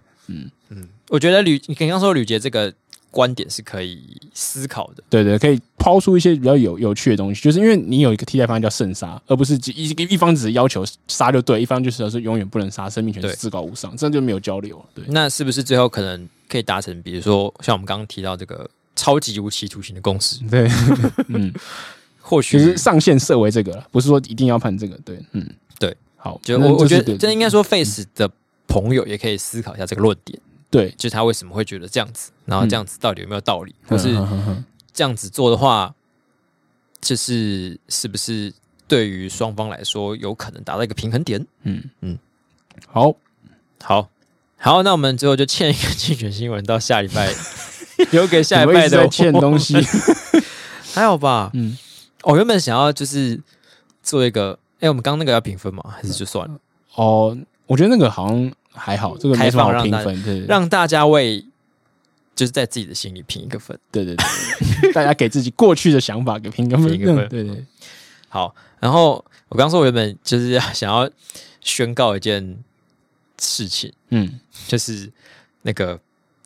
A: 我觉得吕，你刚刚说吕杰这个观点是可以思考的，
B: 对对，可以抛出一些比较有有趣的东西，就是因为你有一个替代方案叫慎杀，而不是只一一一方只是要求杀就对，一方就是说是永远不能杀，生命权是
A: 对
B: 至高无上，这样就没有交流了。对，
A: 那是不是最后可能可以达成，比如说像我们刚刚提到这个超级无期徒刑的共识，
B: 对，嗯，
A: 或
B: 其
A: 许
B: 实上限设为这个了，不是说一定要判这个。对，嗯，
A: 对，
B: 好，
A: 就
B: 那
A: 我我
B: 是
A: 觉得
B: 对嗯
A: 这应该说 Face 的朋友也可以思考一下这个论点，
B: 对，
A: 就是他为什么会觉得这样子，然后这样子到底有没有道理，或是
B: 嗯嗯嗯嗯
A: 这样子做的话，就是是不是对于双方来说有可能达到一个平衡点？
B: 嗯嗯
A: 嗯，
B: 好，
A: 好。好，那我们最后就欠一个竞选新闻到下礼 拜，留给下
B: 你
A: 礼
B: 们一
A: 拜
B: 直
A: 的
B: 在
A: 我
B: 欠 东西，
A: 还好吧？
B: 嗯，
A: 我、原本想要就是做一个，哎、我们刚刚那个要评分嘛，还是就算了，
B: 哦，我觉得那个好像还好，这个没什
A: 开放
B: 么好
A: 让
B: 评
A: 大
B: 分，对对
A: 让大家为就是在自己的心里评一个分。
B: 对对对， 大家给自己过去的想法给评个分，嗯
A: 评个分
B: 对对，
A: 好，然后我刚说，我原本就是要想要宣告一件事情，
B: 嗯，
A: 就是那个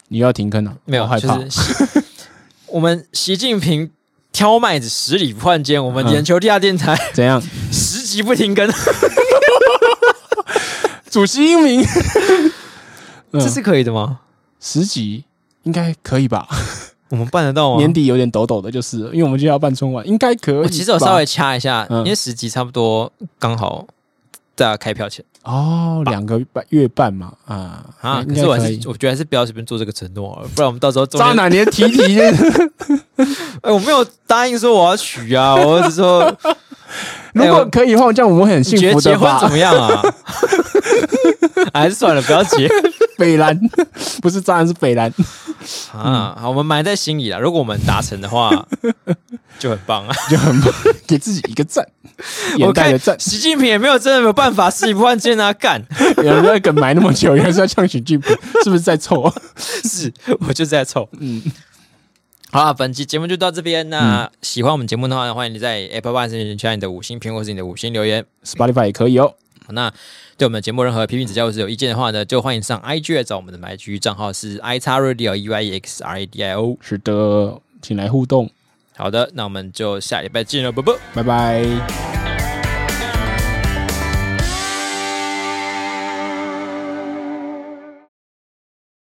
B: 你又要停更了，
A: 没有，
B: 好害
A: 就
B: 怕，
A: 是习 我们习近平挑麦子十里不换肩，我们
B: 嗯
A: 眼球地下电台、
B: 怎样？
A: 十集不停更，
B: 嗯主席英明，嗯
A: 这是可以的吗？
B: 十集应该可以吧？
A: 我们办得到吗？
B: 年底有点抖抖的，就是了因为我们就要办春晚，应该可以吧。
A: 哦我其实我稍微掐一下，
B: 嗯
A: 因为十集差不多刚好大家开票前
B: 哦，两个半月半嘛，啊
A: 啊，
B: 应
A: 可
B: 该
A: 是我还
B: 可
A: 是
B: 以。
A: 我觉得还是不要随便做这个承诺好了，不然我们到时候中
B: 渣
A: 间，
B: 男，你的提提，
A: 哎，我没有答应说我要娶啊，我只是 说
B: 如果可以的话，这样我们会很
A: 你
B: 幸
A: 觉得
B: 福
A: 结
B: 的
A: 婚怎
B: 吧？
A: 么样啊？哎还是算了，不要结
B: 北兰 不是渣男，是北兰。嗯
A: 啊！好，我们埋在心里了。如果我们达成的 话，就很棒啊！
B: 就很棒，给自己一个赞，眼袋的 赞。
A: 习近平也没有真的没有办法，是一不换肩啊，干！
B: 有人在梗埋那么久，原 来是要唱喜剧，是不是在凑？
A: 是， 我就在凑。嗯，好了，本期节目就到这边。那喜欢我们节目的话呢，欢迎你在 Apple Podcast 上面留下你的五星评论或是你的五星留言。
B: Spotify 也可以哦。
A: 好那对我们的节目任何批评指教或是有意见的话呢，就欢迎上 IG 来找我们的 IG 账号是 i x radio e y e x r a d i o。
B: 是的，请来互动，
A: 好的，那我们就下礼拜见了，啵啵。
B: 拜拜。